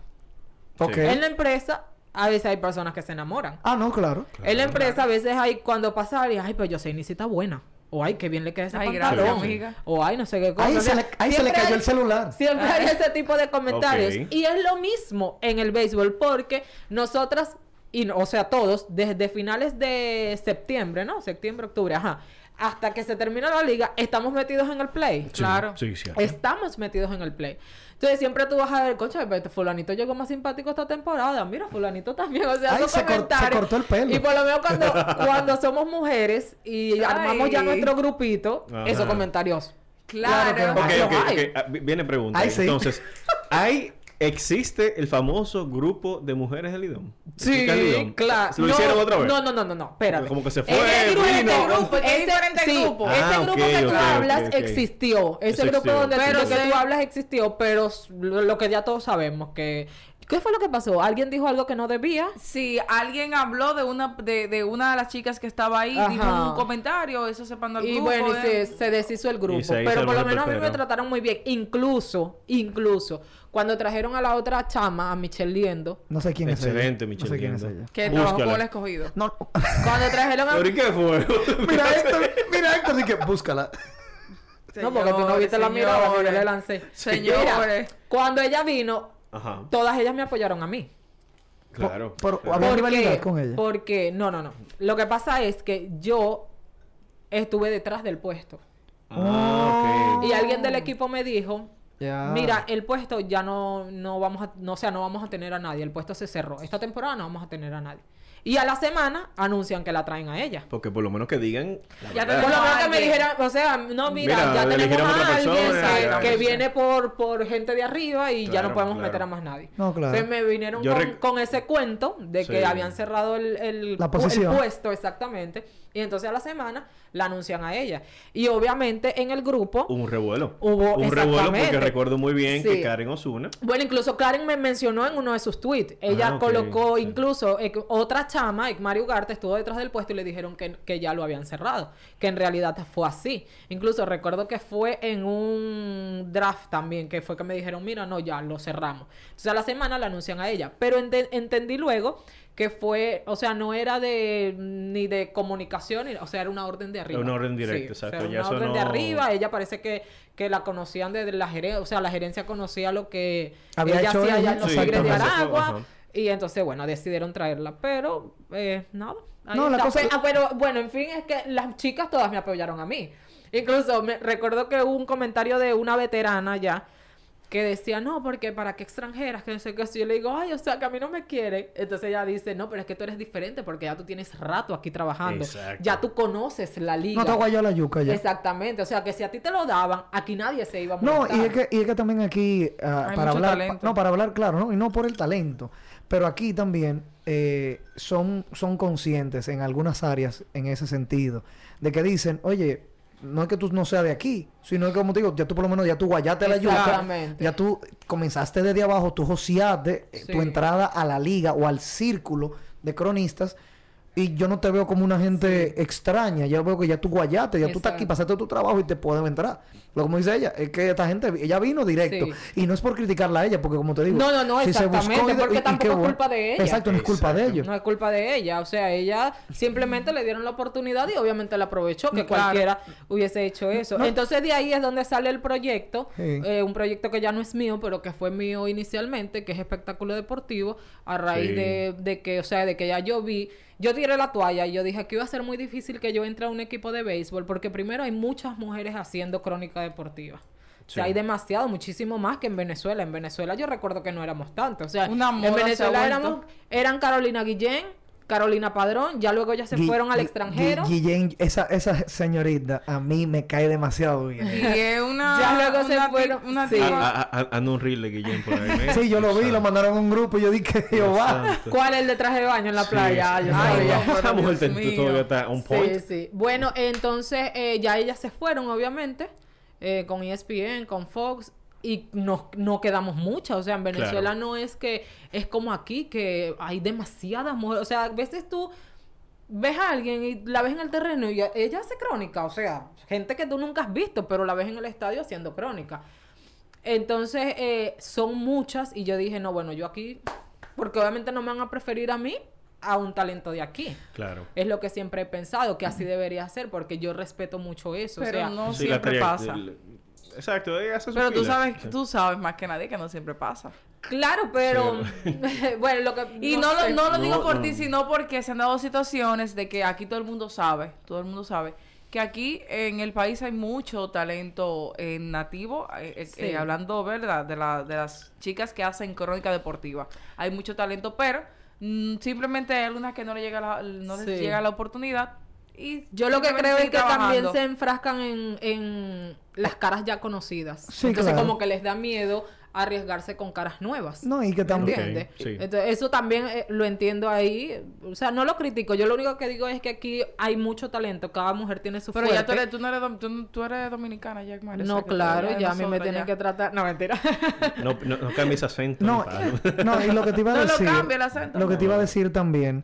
Ok. Sí. En la empresa a veces hay personas que se enamoran. Ah, no, claro. En la empresa a veces hay cuando pasa alguien, ay, pero yo soy Nisita buena. O ay, qué bien le queda ese Ay, pantalón. gracias, Sí, sí. amiga. O ay, no sé qué cosa. Ahí O se sea, le, ahí se le siempre cayó hay- el celular. Siempre hay ese tipo de comentarios. Ok. Y es lo mismo en el béisbol, porque nosotras, y, no- o sea, todos, desde finales de septiembre, ¿no? Septiembre, octubre, ajá. Hasta que se termina la liga, estamos metidos en el play. Sí, claro. Sí, cierto. Estamos metidos en el play. Entonces siempre tú vas a ver, concha, pero este fulanito llegó más simpático esta temporada. Mira, fulanito también. O sea, Ay, esos se cor- comentarios. se cortó el pelo. Y por lo menos cuando, cuando somos mujeres y Ay. armamos ya nuestro grupito, Ajá. esos comentarios. Claro. Claro que Ok, Ay, ok, no, ok. ay. Ah, vi- Viene pregunta. Ay, ahí. sí. Entonces, ¿hay, ¿existe el famoso grupo de mujeres del IDOM? ¿Explica el IDOM? Sí, claro. ¿Se lo no, hicieron otra vez? No, no, no, no, no, espérate. Como que se fue, Ese grupo, vino. ese grupo, Porque hay ese- diferentes sí, grupos. Ese Ah, grupo ok, que tú ok, hablas ok, ok. existió. Ese Eso grupo existió. donde Pero lo que sí. tú hablas existió, pero s- lo lo que ya todos sabemos que ¿Qué fue lo que pasó? ¿Alguien dijo algo que no debía? Si alguien habló de una de, de una de las chicas que estaba ahí, Ajá. dijo un comentario, eso se mandó al Y grupo. bueno, y eh. se, se deshizo el grupo. Y se hizo Pero el por lo grupo, menos a mí me pero- trataron muy bien. Incluso, incluso, cuando trajeron a la otra chama, a Michelle Liendo, No sé quién Excelente, es ella. Michelle. No sé quién es Liendo. ella. Que trabajó con el Búscala. escogido. No. cuando trajeron a ¿Pero y qué fue? mira esto, mira esto, así que búscala. No, porque tú no Señores, viste la mirada que yo le señores. lancé. Señores. Mira, cuando ella vino, Ajá, todas ellas me apoyaron a mí. claro. Por- Claro. había rivalidad con ella. Porque, no, no, no. Lo que pasa es que yo estuve detrás del puesto. Ah, ok. Y alguien del equipo me dijo, Ya. mira, el puesto ya no, no vamos a, no, o sea, no vamos a tener a nadie. El puesto se cerró. Esta temporada no vamos a tener a nadie. Y a la semana anuncian que la traen a ella. Porque por lo menos que digan la Ya verdad. por lo menos que me Alguien. dijeran, o sea, no, mira, Mira, ya tenemos eligieron a otra alguien persona, que- ya, pues, que, sí. viene por, por gente de arriba y ya Claro, no podemos claro. meter a más nadie. No, claro. Entonces me vinieron Yo con, rec- con ese cuento de que Sí. habían cerrado el, el, La pu- el posición. puesto, exactamente. Y entonces a la semana la anuncian a ella. Y obviamente en el grupo... un revuelo. Hubo- un revuelo porque exactamente. recuerdo muy bien Sí. que Karen Osuna Bueno, incluso Karen me mencionó en uno de sus tweets. Ella Ah, ok, colocó sí. incluso eh, otra chama, Mario Ugarte, estuvo detrás del puesto y le dijeron que, que ya lo habían cerrado. Que en realidad fue así. Incluso recuerdo que fue en un draft también, que fue que me dijeron, mira, no, ya lo cerramos. Entonces a la semana la anuncian a ella. Pero ente- entendí luego que fue, o sea, no era de ni de comunicación, ni- o sea, era una orden de arriba. Una orden directa, o sea, exacto. era Ya una eso orden de no- arriba, ella parece que, que la conocían desde la gerencia, o sea, la gerencia conocía lo que Había ella hecho hacía allá ella, en los Sí, Tigres de también se fue, Aragua. ajá. Y entonces, bueno, decidieron traerla, pero eh, nada. ahí No, la está. cosa- Pe- ah, pero bueno, en fin, es que las chicas todas me apoyaron a mí. Incluso me recuerdo que hubo un comentario de una veterana ya que decía, no, porque para qué extranjeras, que no sé qué. Si yo le digo, ay, o sea, que a mí no me quieren. Entonces ella dice, no, pero es que tú eres diferente porque ya tú tienes rato aquí trabajando. Exacto. Ya tú conoces la liga. No te guayó la yuca ya. Exactamente, o sea que si a ti te lo daban, aquí nadie se iba a No, molestar. y es que, y es que también aquí, ah, Hay para mucho hablar, talento. no, para hablar, claro, ¿no? Y no por el talento, pero aquí también eh, son, son conscientes en algunas áreas en ese sentido, de que dicen, oye, no es que tú no seas de aquí, sino que como te digo, ya tú por lo menos ya tú guayaste la yuca, Exactamente. ya tú comenzaste desde abajo, tú joseaste eh, tu Sí. entrada a la liga o al círculo de cronistas. Y yo no te veo como una gente extraña. Yo veo que ya tú guayaste, ya tú estás aquí, Exacto. pasaste tu trabajo y te pueden entrar. Lo como dice ella, es que esta gente, ella vino directo. Sí. Y no es por criticarla a ella, porque como te digo... No, no, no, se buscó exactamente, y de- porque y- y tampoco qué es bueno. culpa de ella. Exacto, no es culpa de Exacto. ellos. No es culpa de ella, o sea, ella simplemente le dieron la oportunidad y obviamente la aprovechó, que Claro. cualquiera hubiese hecho eso. No. Entonces de ahí es donde sale el proyecto, Sí. eh, un proyecto que ya no es mío, pero que fue mío inicialmente, que es espectáculo deportivo, a raíz Sí. de, de que, o sea, de que ya yo vi, yo tiré la toalla y yo dije que iba a ser muy difícil que yo entre a un equipo de béisbol, porque primero hay muchas mujeres haciendo crónica deportiva. O sea, Sí. hay demasiado, muchísimo más que en Venezuela. En Venezuela yo recuerdo que no éramos tantos. O sea, Una moda en se ha Venezuela vuelto. éramos eran Carolina Guillén, Carolina Padrón, ya luego ellas se Gui- fueron al Gui- extranjero. Gui- Guillén, esa, esa señorita a mí me cae demasiado bien. Y es una. Ya luego se una tip- fueron, Una sí. tipa- Ah, ah, ah, Anda un reel de Guillén por ahí. ¿eh? Sí, yo lo vi, Santo, lo mandaron a un grupo y yo dije, Jehová. santo. ¿Cuál es el de traje de baño en la Sí, playa? sí, Yo sí. sabía. Ay, no, Esa pero mujer Dios te- mío. todavía está on point. Sí, sí. Bueno, entonces eh, ya ellas se fueron, obviamente, eh, con ESPN, con Fox. Y no, no quedamos muchas, o sea, en Venezuela Claro. no es que, es como aquí, que hay demasiadas mujeres, o sea, a veces tú ves a alguien y la ves en el terreno y ella hace crónica, o sea, gente que tú nunca has visto, pero la ves en el estadio haciendo crónica. Entonces, eh, son muchas y yo dije, no, bueno, yo aquí, porque obviamente no me van a preferir a mí a un talento de aquí. Claro. Es lo que siempre he pensado, que así debería ser, porque yo respeto mucho eso. Pero o sea, no Sí, la siempre trayect- pasa. el- Exacto, ella hace su Pero tú fila. sabes, Sí. tú sabes más que nadie que no siempre pasa. claro, pero bueno, lo que Y no, lo, sé. no lo No, digo por no. ti, sino porque se han dado situaciones de que aquí todo el mundo sabe, todo el mundo sabe, que aquí en el país hay mucho talento eh, nativo, eh, eh, Sí. eh, hablando, ¿verdad? De, la- de las chicas que hacen crónica deportiva. Hay mucho talento, pero mm, simplemente hay algunas que no, le llega la, no les Sí. llega la oportunidad. Y Yo lo que simplemente creo es que siguen trabajando. también se enfrascan en, en las caras ya conocidas. Sí, Entonces claro. como que les da miedo arriesgarse con caras nuevas. No, y que también... ¿Entiendes? Ok, sí. Entonces, eso también eh, lo entiendo ahí. O sea, no lo critico. Yo lo único que digo es que aquí hay mucho talento. Cada mujer tiene su Pero ya tú fuerte. eres, tú no eres, dom- tú, tú eres dominicana, Jack Mara, o No, sea que tú claro, eres ya a mí me nosotras, tienen ya. que tratar. No, mentira. No, no, no cambies acento. No, ni palo. no, y lo que te iba a No lo decir... cambia el acento. Lo que te iba a decir también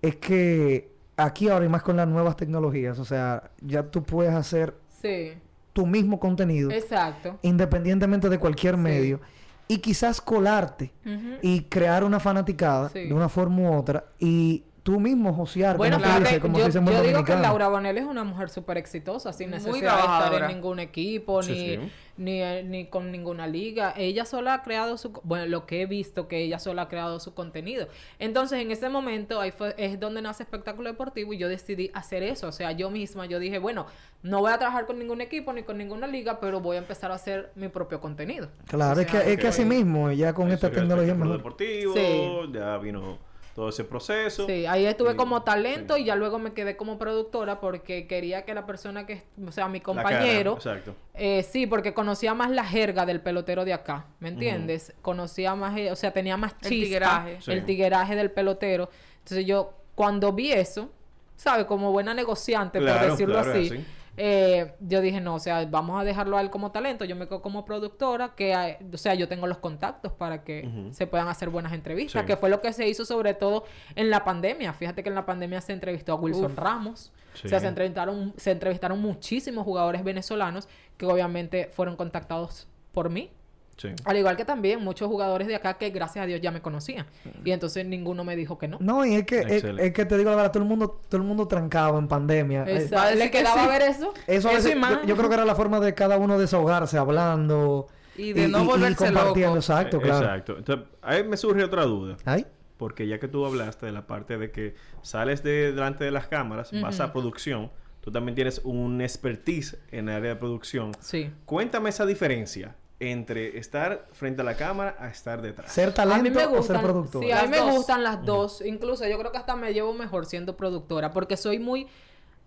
es que aquí ahora y más con las nuevas tecnologías, o sea, ya tú puedes hacer Sí, tu mismo contenido exacto. independientemente de cualquier medio y quizás colarte Ujú. y crear una fanaticada Sí. de una forma u otra y tú mismo josear, Bueno, como, se fíjate, dice, como yo, se dice en yo buen digo que dominicano. Laura Bonel es una mujer súper exitosa, sin Muy necesidad de estar en trabajadora. ningún equipo, Sí, ni, sí. Ni, eh, ni con ninguna liga. Ella sola ha creado su... co- Bueno, lo que he visto, que ella sola ha creado su contenido. Entonces, en ese momento, ahí fue, es donde nace espectáculo deportivo y yo decidí hacer eso. O sea, yo misma, yo dije, bueno, no voy a trabajar con ningún equipo ni con ninguna liga, pero voy a empezar a hacer mi propio contenido. Claro, O es que, sea, es que ok. así mismo, ya con Ahí esta surgió el tecnología es espectáculo mejor. deportivo, Sí. ya vino todo ese proceso. Sí, ahí estuve Y- como talento sí. y ya luego me quedé como productora porque quería que la persona que, o sea, mi La cara, compañero, exacto. eh, sí, porque conocía más la jerga del pelotero de acá, ¿me entiendes? Conocía más, eh, o sea, tenía más El chispa, tigueraje. Sí. el tigueraje del pelotero. Entonces yo, cuando vi eso, ¿sabes? Como buena negociante, por Claro, decirlo claro, es así. así. eh, yo dije, no, o sea, vamos a dejarlo a él como talento. Yo me quedo como productora, que, eh, o sea, yo tengo los contactos para que Ujú. se puedan hacer buenas entrevistas, Sí. que fue lo que se hizo sobre todo en la pandemia. Fíjate que en la pandemia se entrevistó a Wilson Ramos. Sí. O sea, se entrevistaron, se entrevistaron muchísimos jugadores venezolanos que obviamente fueron contactados por mí. Sí. Al igual que también muchos jugadores de acá que gracias a Dios ya me conocían. Y entonces ninguno me dijo que no. No, y es que, es, Excelente. es que te digo la verdad, todo el mundo, todo el mundo trancado en pandemia. Eh, Exacto. Va a decir ¿Le que quedaba sí. ver eso? Eso a y veces- más. yo, yo creo que era la forma de cada uno desahogarse, hablando. Y de no volverse compartiendo, loco. Exacto, Eh, claro. Exacto. Entonces, ahí me surge otra duda. Ay, Porque ya que tú hablaste de la parte de que sales de delante de las cámaras, vas a producción, tú también tienes un expertise en el área de producción. Sí. Cuéntame esa diferencia entre estar frente a la cámara a estar detrás. ser A mí talento me o ser gustan, productor. sí, a Las mí me dos. gustan las dos. Incluso yo creo que hasta me llevo mejor siendo productora porque soy muy,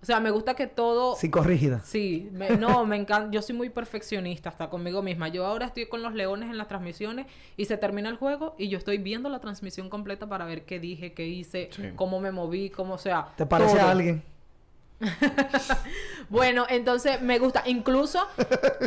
o sea, me gusta que todo Psicorrígida. Sí, me- no, me encanta. Yo soy muy perfeccionista hasta conmigo misma. Yo ahora estoy con los leones en las transmisiones y se termina el juego y yo estoy viendo la transmisión completa para ver qué dije, qué hice, Sí. cómo me moví, cómo o sea. ¿Te parece todo. a alguien? Bueno, entonces me gusta. Incluso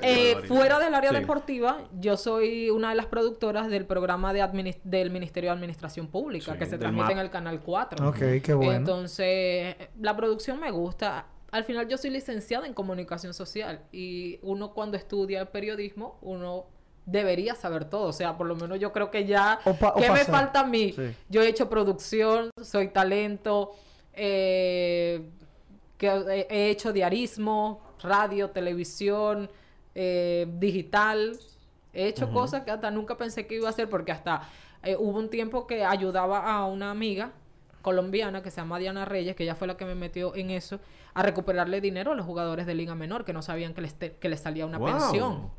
eh, barbaridad. fuera del área Sí. deportiva, yo soy una de las productoras del programa de adminis- del Ministerio de Administración Pública Sí, que se del transmite en MAP. el Canal 4. Ok, qué bueno. Entonces, la producción me gusta. Al final yo soy licenciada en comunicación social y uno cuando estudia periodismo, uno debería saber todo. O sea, por lo menos yo creo que ya... O pa- o ¿Qué me pasar. falta a mí? Sí. Yo he hecho producción, soy talento, eh, que he- he hecho diarismo, radio, televisión, eh, digital. He hecho cosas que hasta nunca pensé que iba a hacer porque hasta eh, hubo un tiempo que ayudaba a una amiga colombiana que se llama Diana Reyes, que ella fue la que me metió en eso, a recuperarle dinero a los jugadores de Liga Menor que no sabían que les, te- que les salía una Wow. pensión.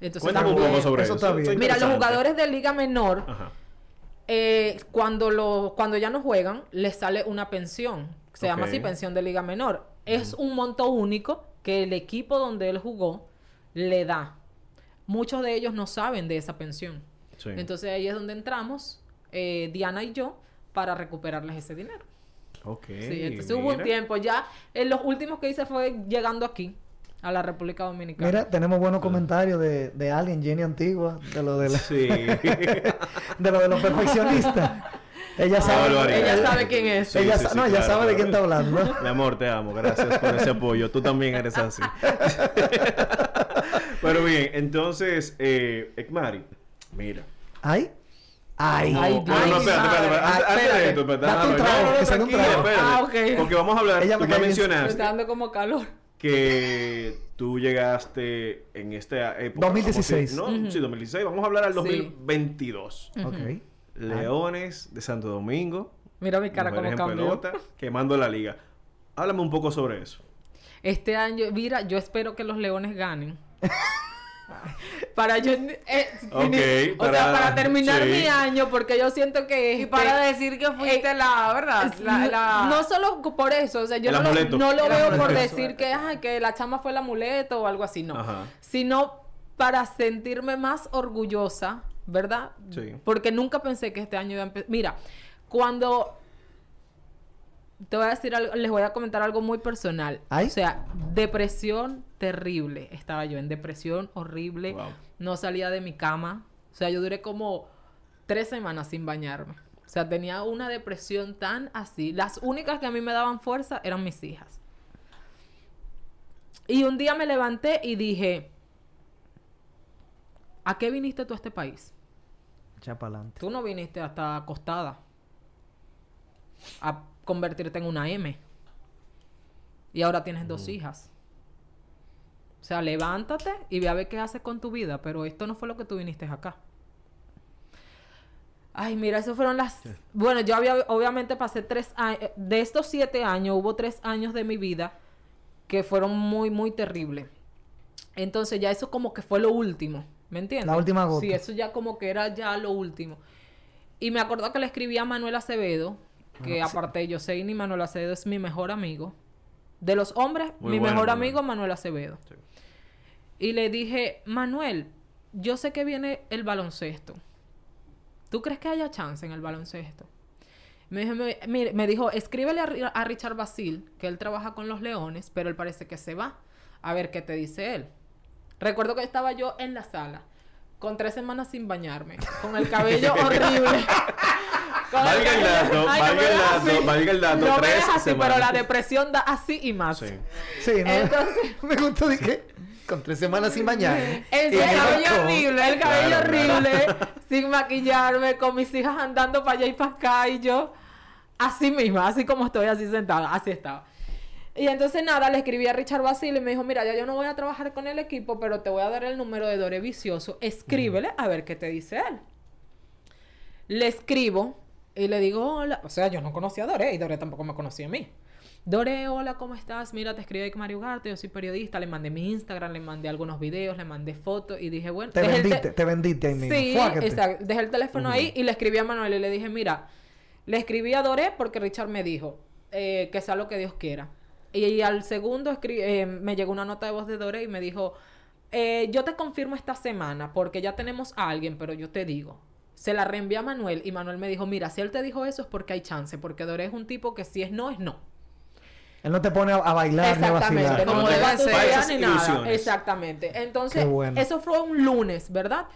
Entonces, Cuéntame un también- poco sobre eso eso. está bien. mira, los interesante. jugadores de Liga Menor Ajá. eh, cuando, lo, cuando ya no juegan, les sale una pensión. Se llama así Ok. pensión de liga menor. Es un monto único que el equipo donde él jugó le da. Muchos de ellos no saben de esa pensión. Sí. Entonces ahí es donde entramos, eh, Diana y yo, para recuperarles ese dinero. Ok, Sí, entonces hubo un mira. tiempo. Ya eh, los últimos que hice fue llegando aquí, a la República Dominicana. Mira, tenemos buenos comentarios de, de alguien, Jenny Antigua, de lo de, la- Sí. de, lo de los perfeccionistas. Ella sabe. barbaridad. ella sabe quién es. Sí, ella sí, sa- sí, no, ella claro, sabe de claro. quién está hablando. Mi amor, te amo. Gracias por ese apoyo. Tú también eres así. Pero bien, entonces, eh, Ekmari, mira. Ay. Ay. Ay, No, no, no, espérate, espérate, espérate. Ay, Antes- Antes de espérate. esto, espérate. Date un déjame- trago, no, no, que saque un tranquila, trago. espérate. Ah, ok. Porque vamos a hablar. Ella tú me ya cae bien. Me mencionaste está dando como calor. que tú llegaste en esta época. 2016. vamos a decir, No, sí, 2016. Vamos a hablar al Sí. 2022. Ok. Leones de Santo Domingo. Mira mi cara mujeres como en cambió. pelota, quemando la liga. Háblame un poco sobre eso. Este año, mira, yo espero que los leones ganen. para yo. eh, fini- o para- sea, para terminar sí. mi año, porque yo siento que. Y este, para decir que fuiste la, ¿verdad? es- La, la... No solo por eso, o sea, yo El no lo, amuleto. no lo El veo por amuleto. decir que, "Ay, que la chama fue el amuleto o algo así, no. Ajá. Sino para sentirme más orgullosa, ¿verdad? Sí. Porque nunca pensé que este año iba a empezar. Mira, cuando te voy a decir algo, les voy a comentar algo muy personal. Ay. O sea, depresión terrible. Estaba yo en depresión horrible. Wow. No salía de mi cama. O sea, yo duré como tres semanas sin bañarme. O sea, tenía una depresión tan así. Las únicas que a mí me daban fuerza eran mis hijas. Y un día me levanté y dije, ¿a qué viniste tú a este país? Echa pa'lante. Tú no viniste hasta acostada a convertirte en una M. Y ahora tienes dos hijas. O sea, levántate y ve a ver qué haces con tu vida. Pero esto no fue lo que tú viniste acá. Ay, mira, eso fueron las... Bueno, yo había, obviamente pasé tres años... De estos siete años, hubo tres años de mi vida que fueron muy, muy terribles. Entonces ya eso como que fue lo último, ¿me entiendes? La última gota. Sí, eso ya como que era ya lo último. Y me acordó que le escribí a Manuel Acevedo, que aparte yo sé, ni Manuel Acevedo es mi mejor amigo. De los hombres, Muy mi bueno, mejor Manuel. amigo Manuel Acevedo. Sí. Y le dije, Manuel, yo sé que viene el baloncesto. ¿Tú crees que haya chance en el baloncesto? Me dijo, "Mi- mire", me dijo, escríbele a, Ri- a Richard Basil, que él trabaja con los leones, pero él parece que se va. A ver qué te dice él. Recuerdo que estaba yo en la sala, con tres semanas sin bañarme, con el cabello horrible. Con el Valga el cabello- dato, Ay, no me valga el veas dato, así. valga el dato, No me tres veas así, pero la semanas. depresión da así y más. Sí. Sí, ¿no? Entonces- me gustó, dije, con tres semanas sin bañar. El Y yo, cabello ¿cómo? horrible, el cabello Claro, claro. horrible, sin maquillarme, con mis hijas andando para allá y para acá y yo así misma, así como estoy, así sentada, así estaba. Y entonces nada, le escribí a Richard Basile y me dijo, mira, ya yo no voy a trabajar con el equipo, pero te voy a dar el número de Dore Vicioso, escríbele a ver qué te dice él. Le escribo y le digo, hola, o sea, yo no conocía a Dore y Dore tampoco me conocía a mí. Dore, hola, ¿cómo estás? Mira, te escribí que Mario Ugarte, yo soy periodista, le mandé mi Instagram, le mandé algunos videos, le mandé fotos y dije, bueno, Te dejé el te- vendiste, te vendiste ahí mismo. Sí, Fuáquete. exacto. Dejé el teléfono ahí y le escribí a Manuel y le dije, mira, le escribí a Doré porque Richard me dijo eh, que sea lo que Dios quiera. Y, al segundo escri- eh, me llegó una nota de voz de Doré y me dijo, eh, yo te confirmo esta semana porque ya tenemos a alguien, pero yo te digo. Se la reenvié a Manuel y Manuel me dijo, mira, si él te dijo eso es porque hay chance, porque Doré es un tipo que si es no, es no. Él no te pone a, a bailar ni a Exactamente, vacilar. como No de te batutea falsas ni nada. ilusiones. Exactamente. Entonces, Qué bueno. eso fue un lunes, ¿verdad?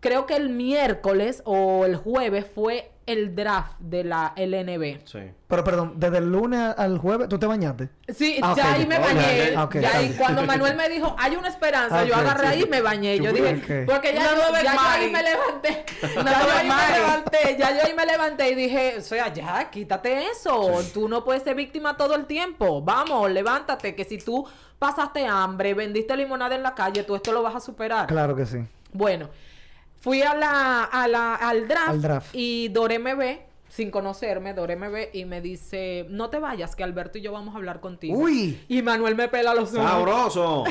Creo que el miércoles o el jueves fue el draft de la LNB. Sí. Pero perdón, desde el lunes al jueves, ¿tú te bañaste. Sí, Ah, ya ok, ahí ok, me ok, bañé. ok, ok, ya está ahí, bien. cuando Manuel me dijo, hay una esperanza, yo Ok, agarré sí. ahí y me bañé. Yo Ok. dije, porque ya, No lo ya, ves, yo ahí Mari. me levanté. No ya lo yo ves, ahí me Mari. levanté. Ya yo ahí me levanté y dije, o sea, ya, quítate eso. Tú no puedes ser víctima todo el tiempo. Vamos, levántate, que si tú pasaste hambre, vendiste limonada en la calle, tú esto lo vas a superar. Claro que sí. Bueno, fui a la, a la, al, draft Al draft. y Dore me ve, sin conocerme, Dore me ve y me dice, no te vayas, que Alberto y yo vamos a hablar contigo. Uy, Y Manuel me pela los ojos. ¡Sabroso!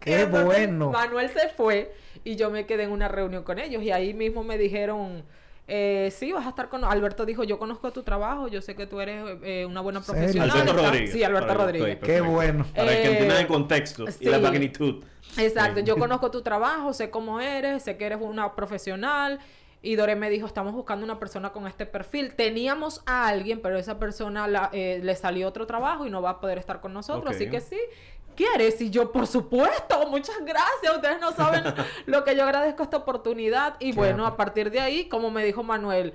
qué Entonces, bueno. Manuel se fue y yo me quedé en una reunión con ellos y ahí mismo me dijeron, eh, sí, vas a estar con... Alberto dijo, yo conozco tu trabajo, yo sé que tú eres eh, una buena ¿Serio? profesional. Alberto Está- Rodríguez. Sí, Alberto Para- Rodríguez. ok, Qué perfecto. bueno. Para que Eh, entiendan el contexto y la sí. magnitud. Exacto, yo conozco tu trabajo, sé cómo eres, sé que eres una profesional. Y Dore me dijo, estamos buscando una persona con este perfil. Teníamos a alguien, pero esa persona la- eh, le salió otro trabajo y no va a poder estar con nosotros. Así Ok. que sí, ¿quieres? Y yo, por supuesto, muchas gracias. Ustedes no saben lo que yo agradezco esta oportunidad. Y bueno, a partir de ahí, como me dijo Manuel,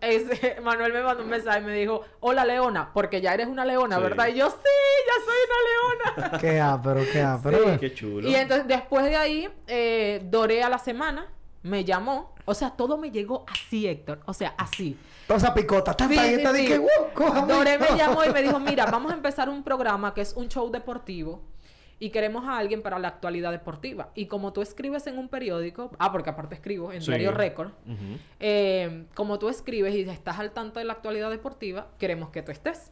ese- Manuel me mandó un mensaje y me dijo, hola Leona, porque ya eres una leona, Sí. ¿verdad? Y yo, sí, ya soy una leona. Qué ápero, qué ápero. Sí. bueno. Qué chulo. Y entonces después de ahí, eh, Doré a la semana me llamó. O sea, todo me llegó así, Héctor. O sea, así. Toda esa picota. Está Sí, ahí, sí, está sí. dije, wow, cójame. Doré me llamó y me dijo, mira, vamos a empezar un programa que es un show deportivo y queremos a alguien para la actualidad deportiva. Y como tú escribes en un periódico, ah, porque aparte escribo en Sí. Diario Récord, Ujú. eh, como tú escribes y estás al tanto de la actualidad deportiva, queremos que tú estés.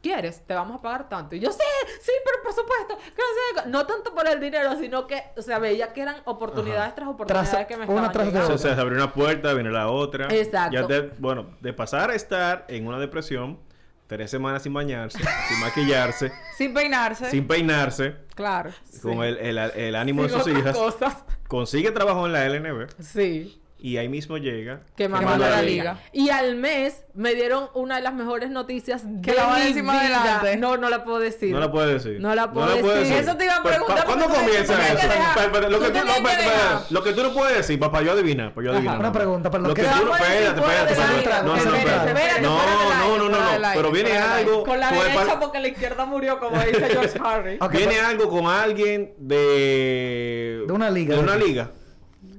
¿Quieres? Te vamos a pagar tanto. Y yo, sí, sí, pero por supuesto. que no sé qué". No tanto por el dinero, sino que, o sea, veía que eran oportunidades tras oportunidades Tras- que me una estaban tras otra. llegando. O sea, se abrió una puerta, viene la otra. Exacto. Ya te- bueno, de pasar a estar en una depresión, tres semanas sin bañarse, sin maquillarse, Sin peinarse. sin peinarse, Claro. con el, el- el ánimo de Sin sus otras hijas, cosas. consigue trabajo en la LNB Sí. y ahí mismo llega. Que manda mandó la la liga. liga. Y al mes me dieron una de las mejores noticias Que de la voy a mi decir más vida. adelante. No, no la puedo decir. No la puedo decir. No la puedo decir. Eso te iba a Pero, preguntar, ¿cu- ¿Cuándo porque tú comienza tenías que eso? dejar. Pero, pero, lo, Tú que tú, no, tenías que espera, espera. dejar. lo que tú no puedes decir, papá, yo adivina. Pues yo adivino. Una pregunta, perdón, Lo que ¿qué tú se no puede decir espérate, fuera espérate, del espérate. aire? No, no, no, Espérate, espérate. espérate, No, fuera del no, aire, no, no, fuera no. del aire, Pero viene fuera del aire. algo. Con la el derecha par- porque la izquierda murió, como dice George Harry. Ok, Viene pues- algo con alguien de... De una liga, De de- una liga.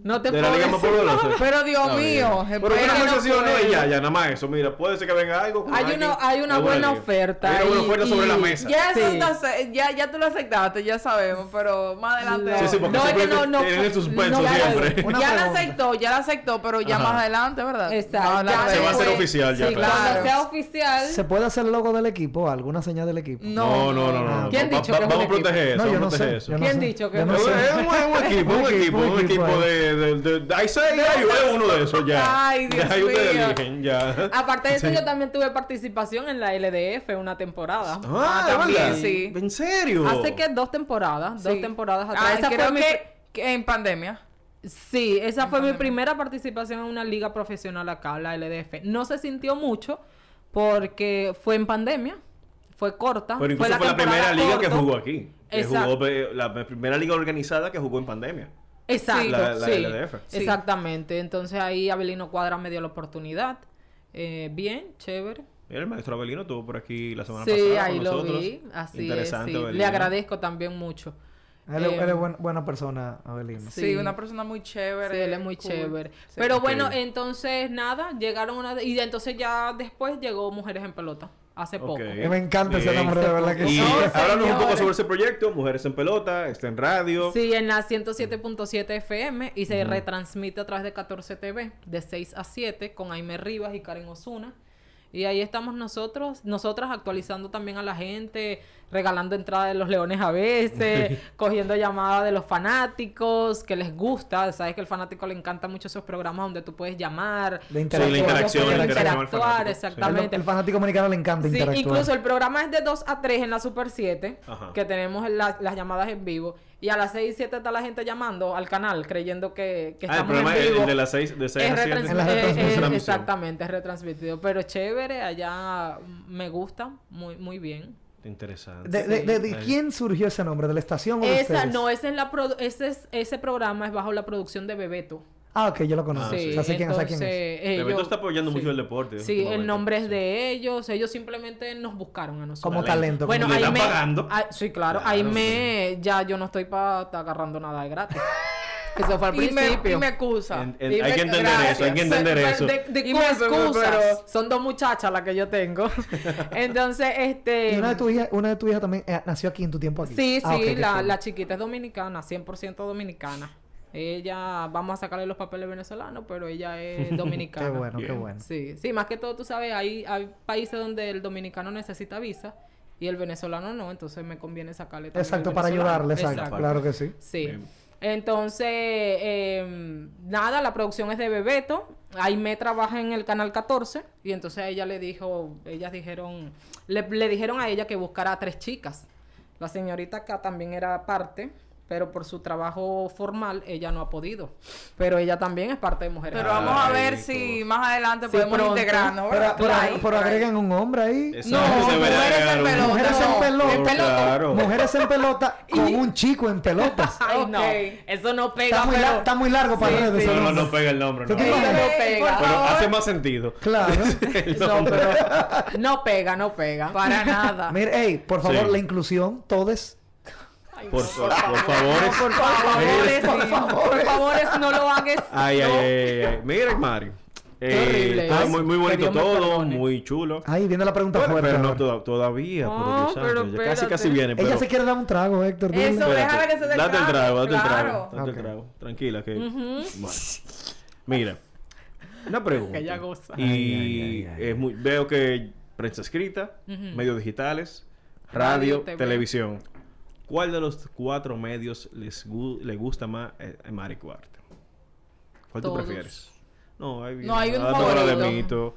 No te De la puedo liga más decir poderosa. nada. Pero Dios Está bien. mío, Pero espera, una no conversación no puedo. es ya, ya, nada más eso. Mira, puede ser que venga algo con Hay alguien una- hay una de buena liga. oferta Hay una buena y- oferta sobre y- la mesa. Ya, eso Sí. no sé, ya, ya tú lo aceptaste, ya sabemos, pero más adelante. Sí, sí, porque No, es siempre que no, no, tienen el suspenso no, claro. siempre. Una ya la pregunta. aceptó, ya la aceptó, pero ya Ajá. más adelante, ¿verdad? Exacto. Más Ya adelante. Se va a hacer después- oficial ya, sí, claro. Cuando sea oficial. ¿Se puede hacer el logo del equipo? ¿Alguna señal del equipo? No, no, no, no. no. ¿Quién Va- dicho va- que es un Vamos a proteger eso. No, Vamos yo a no proteger sé. eso. yo no ¿Quién sé, dicho que yo no? no Eh, Es un- sé. es un, es un equipo, un equipo, un equipo ahí. de, de, de, de, de- hay seis, hay uno de esos ya. Ay, Dios ya, ahí ustedes mío. Ah, pues, eligen, ya. Aparte de eso, yo también tuve participación en la LDF una temporada. Ah, Ah, también, ¿verdad? sí. ¿En serio? Hace que dos temporadas, dos Sí. temporadas atrás. Ah, Esa creo fue mi que, que en pandemia. Sí, esa fue mi pandemia. primera participación en una liga profesional acá, la LDF. No se sintió mucho porque fue en pandemia, fue corta. Pero incluso fue la, temporada primera liga que corto. jugó aquí. Que Exacto. jugó, eh, la primera liga organizada que jugó en pandemia. Exacto, La- la sí. LDF. Sí. Exactamente. Entonces ahí Abelino Cuadra me dio la oportunidad. Eh, bien, chévere. Mira, el maestro Abelino estuvo por aquí la semana Sí, pasada. con ahí lo nosotros. vi. Así es. Interesante, sí. Le Abelino. agradezco también mucho. Él, es- Eh, él es buen- buena persona, Abelino. Sí. Sí. una persona muy chévere. Sí, él es muy cool. chévere. Sí. Pero Ok. bueno, entonces nada, llegaron una. Y entonces ya después llegó Mujeres en Pelota, hace Ok. poco. Me encanta ese Bien. nombre, de verdad que Y sí. No, háblanos un poco señores. sobre ese proyecto, Mujeres en Pelota, está en radio. Sí, en la 107.7 FM y se retransmite a través de 14 TV de 6 a 7 con Aime Rivas y Karen Osuna. Y ahí estamos nosotros, nosotras actualizando también a la gente, regalando entrada de los leones a veces, cogiendo llamadas de los fanáticos que les gusta. Sabes que al fanático le encanta mucho esos programas donde tú puedes llamar, Sí, De interactuar. la interacción, la Interactuar, interacción al fanático. exactamente. El, el fanático dominicano le encanta Sí, interactuar. incluso el programa es de 2 a 3 en la Super 7, Ajá. que tenemos la- las llamadas en vivo. Y a las 6 y 7 está la gente llamando al canal creyendo que, que Ah, el estamos programa en es vivo. el de las 6 de seis Es a 7. retransmi- En la eh, eh, retransmisión. Transmisión. exactamente, es retransmitido. Pero chévere, allá mm, me gusta, muy, muy bien. Interesante. De, de- de- de Sí. quién surgió ese nombre? ¿De la estación o de Esa, ustedes? no, esa es la produ- ese, es- ese programa es bajo la producción de Bebeto. Ah, ok, yo lo conozco. Ah, sí. O sea, sé quién, sé quién entonces, es. ellos- Bebeto está apoyando eh, sí. mucho el deporte. este Sí, últimamente. el nombre es de ellos. Ellos simplemente nos buscaron a nosotros. Como talento. Bueno, Le ahí están me. pagando. Ah, sí, claro. Claro, Ahí me. Ya yo no estoy para estar agarrando nada de gratis. Eso fue al Y me, principio. y me acusa. En- en- Y hay me- que entender eso, hay que gracias. entender Se- eso. De, de Y como me- excusas. pero- Son dos muchachas las que yo tengo. Entonces, este. Y una de tus hijas, una de tus hijas también eh, nació aquí en tu tiempo aquí. Sí, sí, Ah, ok, qué la, chulo. la chiquita es dominicana, 100% dominicana. Ella, vamos a sacarle los papeles venezolanos, pero ella es dominicana. Qué bueno, qué Bien. bueno. Sí, sí, más que todo, tú sabes, hay, hay países donde el dominicano necesita visa y el venezolano no, entonces me conviene sacarle también al Exacto, para venezolano. ayudarle, exacto. Claro que sí. Sí. Bien. Entonces, eh, nada, la producción es de Bebeto. Aime trabaja en el canal 14 y entonces a ella le dijo, ellas dijeron, le, le dijeron a ella que buscara a tres chicas. La señorita acá también era parte, pero por su trabajo formal ella no ha podido. Pero ella también es parte de Mujeres. Pero en vamos a Ay, ver tú. si más adelante Sí, podemos pronto. integrarnos. Pero, ¿verdad? pero- Por ahí, pero por ahí. agregan un hombre ahí. Exacto, No, se verá mujeres en llegar un- pelota. Mujeres en pelota. Oh, Claro. Mujeres en pelota con un chico en pelotas. Ay, no. Ok. Eso no pega, Está muy, pero- lar- está muy largo para Sí, redes. sí. ese No, no, nombre. no pega el nombre. ¿Tú No. te Pero imaginas? Por pega. favor. hace más sentido. Claro. El No, nombre. pero- no pega, no pega. Para nada. Mira, hey, por favor, Sí. la inclusión, todes. Ay, Por, no. por, por favor. es- favores, Mira, sí. Por favores, no lo hagas. Ay, no. ay, ay, ay. Mira, Mario. Eh, Qué horrible está es. muy, muy Que bonito Dios me todo, perdone. muy chulo. Ahí viene la pregunta Bueno, fuerte. pero no ahora. toda- todavía, por No, Dios santo, pero ya casi, casi espérate. viene. Pero... Ella se quiere dar un trago, Héctor. dile. Eso, Espérate. déjala que se dé el Date el trago, trago, date el trago. claro. Date el Ok. trago. Tranquila, que. Bueno. Mira, una pregunta. Que ella goza. Y Ay, ay, ay, ay. es muy... veo que prensa escrita, medios digitales, Radio, radio, TV. televisión. ¿Cuál de los cuatro medios les gu- le gusta más eh, a Mari Cuarte? ¿Cuál Todos. tú prefieres? No, hay, No, hay un la Hora de favorito. mito.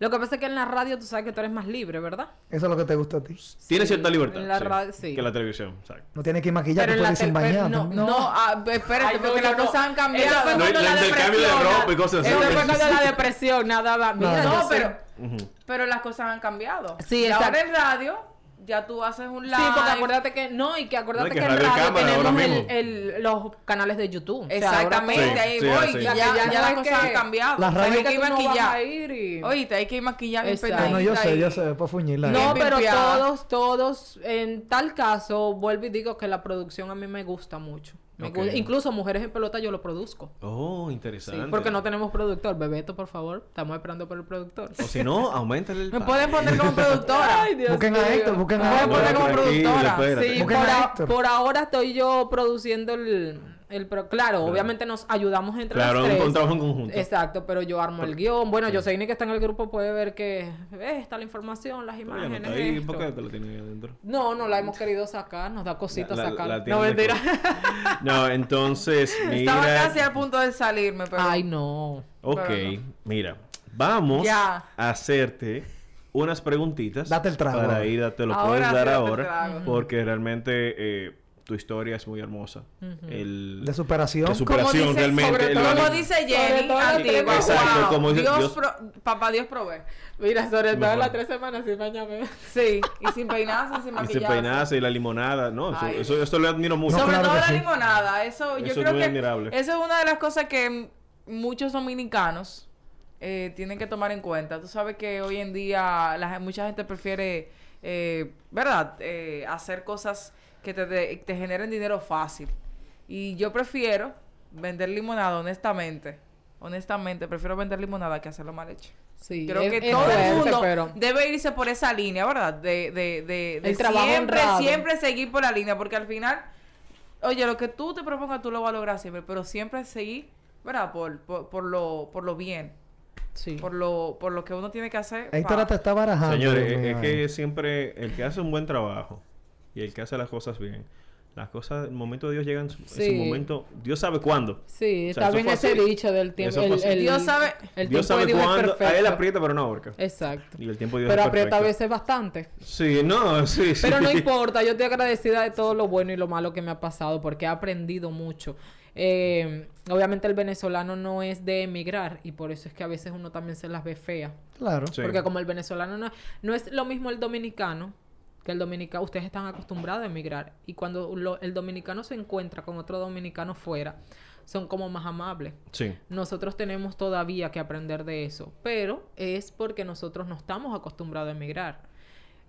Lo que pasa es que en la radio tú sabes que tú eres más libre, ¿verdad? Eso es lo que te gusta a ti. Tiene Sí, cierta libertad. en la radio, sí. Que la televisión, exacto. No tienes que ir maquillado, Pero en tú la puedes ir sin tele- pero bañar. no, también. No, ah, espérate, Ay, no, porque yo las no. cosas han Eso cambiado. fue cuando el la intercambio de depresión, ropa y cosas así. Eso fue Sí. cuando la depresión, nada más. Mira, No, yo No, soy- pero, Ujú. pero las cosas han cambiado. Sí, y ahora exacto. en radio, ya tú haces un live. Sí, porque acuérdate que... No, y que acuérdate No, y que, que en radio radio cámara ahora tenemos el, mismo. el- los canales de YouTube. O sea, ahora Exactamente, Sí, ahí sí, voy. así. que O sea, Ya, que ya ya, no las es cosas que- han cambiado. Las O sea, radios hay que tú no vas a maquillar. ir y- Oíste, hay que ir maquillar bien Exacto. Ah, no, yo peinadita sé, y- yo sé, después fuñirla. No, Bien pero limpiada. todos, todos, en tal caso, vuelvo y digo que la producción a mí me gusta mucho. Me Ok. gu- Incluso Mujeres en Pelota yo lo produzco. Oh, Sí, interesante. porque no tenemos productor. Bebeto, por favor, estamos esperando por el productor. O si no, aumenta el. Me pueden poner como productora. Dios Busquen a Héctor, busquen a Me Héctor. pueden poner como tranquila, productora. Ah, espérate. Sí, Busquen por, a a- Héctor. por ahora estoy yo produciendo el, El pro... Claro, obviamente nos ayudamos entre Claro, los es tres. un trabajo en conjunto. Exacto, pero yo armo el guión. Bueno, yo que está en el grupo puede ver que eh, está la información, las Pero ya imágenes. no está ahí, esto. ¿por qué te lo tienen ahí adentro? No, no la hemos querido sacar, nos da cositas La- la- sacar. la no, tienen de mentira. No, entonces, Estaba mira. casi a punto de salirme, pero. Ay, no. Ok, Pero no. mira, vamos Ya. a hacerte unas preguntitas. Date el trago. Para ahí date lo Ahora puedes sí, dar date el ahora. trago. Porque realmente eh, tu historia es muy hermosa. El- De superación. de superación, dice- realmente. sobre el todo valor- Como dice Sobre Jenny, todo la antigua, tribu. Exacto, wow, como dice Dios Dios- pro- papá Dios provee. Mira, sobre todo Mejor. las tres semanas sin bañarme. Sí, y sin peinarse, sin y se maquillarse. peinase y la limonada. No, eso, Ay. eso, eso lo admiro mucho. No, Sobre claro todo que la sí. limonada, eso, yo Eso es creo muy que admirable. eso es una de las cosas que mm, muchos dominicanos eh, tienen que tomar en cuenta. Tú sabes que hoy en día la, gen- mucha gente prefiere, eh, ¿verdad? Eh, hacer cosas que te, de- te generen dinero fácil. Y yo prefiero vender limonada, honestamente. Honestamente, prefiero vender limonada que hacerlo mal hecho. Sí, Creo es- que es todo el fuerte, mundo pero- debe irse por esa línea, ¿verdad? De, de, de, de El trabajo siempre, honrado. siempre seguir por la línea, porque al final, oye, lo que tú te propongas, tú lo vas a lograr siempre, pero siempre seguir, ¿verdad? Por, por, por lo, por lo bien, Sí. por lo, por lo que uno tiene que hacer. Ahí te para- la te está barajando. Señores, Ah, es, Dios es mío, eh. que ahí. siempre el que hace un buen trabajo y el que hace las cosas bien, las cosas, el momento de Dios llega en su, en su Sí. momento, Dios sabe cuándo. Sí, O sea, está eso bien fue ese así. dicho del tiempo. Eso fue el- así. el- Dios sabe- el Dios tiempo de sabe Dios es cuándo. A él perfecto. aprieta, pero no ahorca. Exacto. Y el tiempo de Dios Pero es aprieta a perfecto. veces bastante. Sí, no, sí, sí. Pero no importa, yo estoy agradecida de todo lo bueno y lo malo que me ha pasado porque he aprendido mucho. Eh, obviamente el venezolano no es de emigrar y por eso es que a veces uno también se las ve feas. Claro. Sí. Porque como el venezolano no, no es lo mismo el dominicano que el dominicano, ustedes están acostumbrados a emigrar y cuando lo- el dominicano se encuentra con otro dominicano fuera, son como más amables. Sí. Nosotros tenemos todavía que aprender de eso, pero es porque nosotros no estamos acostumbrados a emigrar.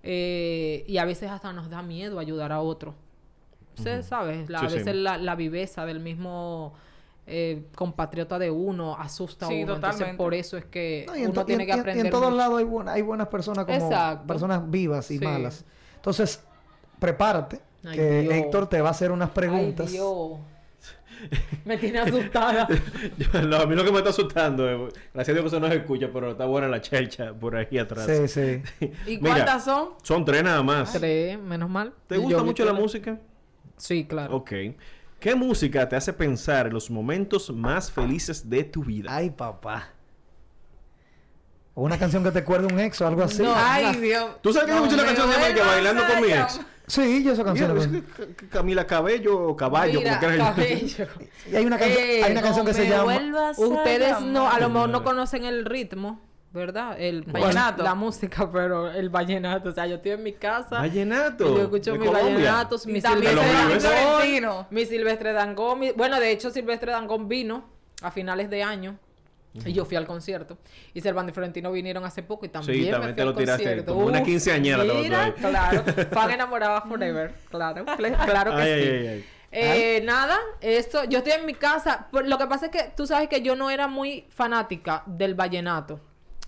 Eh, y a veces hasta nos da miedo ayudar a otro. Usted sabe, la- a Sí, sí. veces La, la viveza del mismo eh, compatriota de uno asusta Sí, a uno. Entonces, totalmente. por eso es que No, y en eh, uno to- tiene y que en- y en- aprender. Y en todos mucho. lados hay, buena- hay buenas personas como Exacto. personas vivas y Sí. malas. Entonces, prepárate, Ay, que Dios. Héctor te va a hacer unas preguntas. Ay, Dios. Me tiene asustada. Yo- no, a mí lo que me está asustando es. Gracias a Dios que eso no se escucha, pero está buena la chelcha por ahí atrás. Sí, sí. ¿Y Mira, cuántas son? Son tres nada más. Tres, menos mal. ¿Te Yo gusta vi mucho la tres. música? Sí, claro. Ok. ¿Qué música te hace pensar en los momentos más felices de tu vida? Ay, papá. O una canción que te acuerde un ex o algo así. No. Ay, Dios. ¿Tú sabes que No yo escuché la me canción de Mike vuelvas bailando a con mi ex? llamar. Sí, yo esa canción. Mira, la es conozco. que Ca- Camila Cabello o Caballo, Mira, como quiera que- cabello. Y hay una, canción- Eh, hay una no canción que se me llama... vuelvas a Ustedes no, a llamar. lo mejor Mm. no conocen el ritmo, ¿verdad? El Vallenato. La música, pero el vallenato. O sea, yo estoy en mi casa. Vallenato. Y yo escucho de mis Colombia. vallenatos, mi Y también Silvestre de los Dangond, Florentino. mi Silvestre Dangón, mi- bueno, de hecho Silvestre Dangón vino a finales de año y yo fui al concierto y Servando y Florentino vinieron hace poco y también también me fui te al lo tiraste, concierto. como una Uf, quinceañera te lo mira, tiraste. claro, fan enamorada forever, claro, cl- claro que Ay, sí. ay, ay, ¿Ah? ay. Eh, Nada, esto, yo estoy en mi casa. Por- Lo que pasa es que tú sabes que yo no era muy fanática del vallenato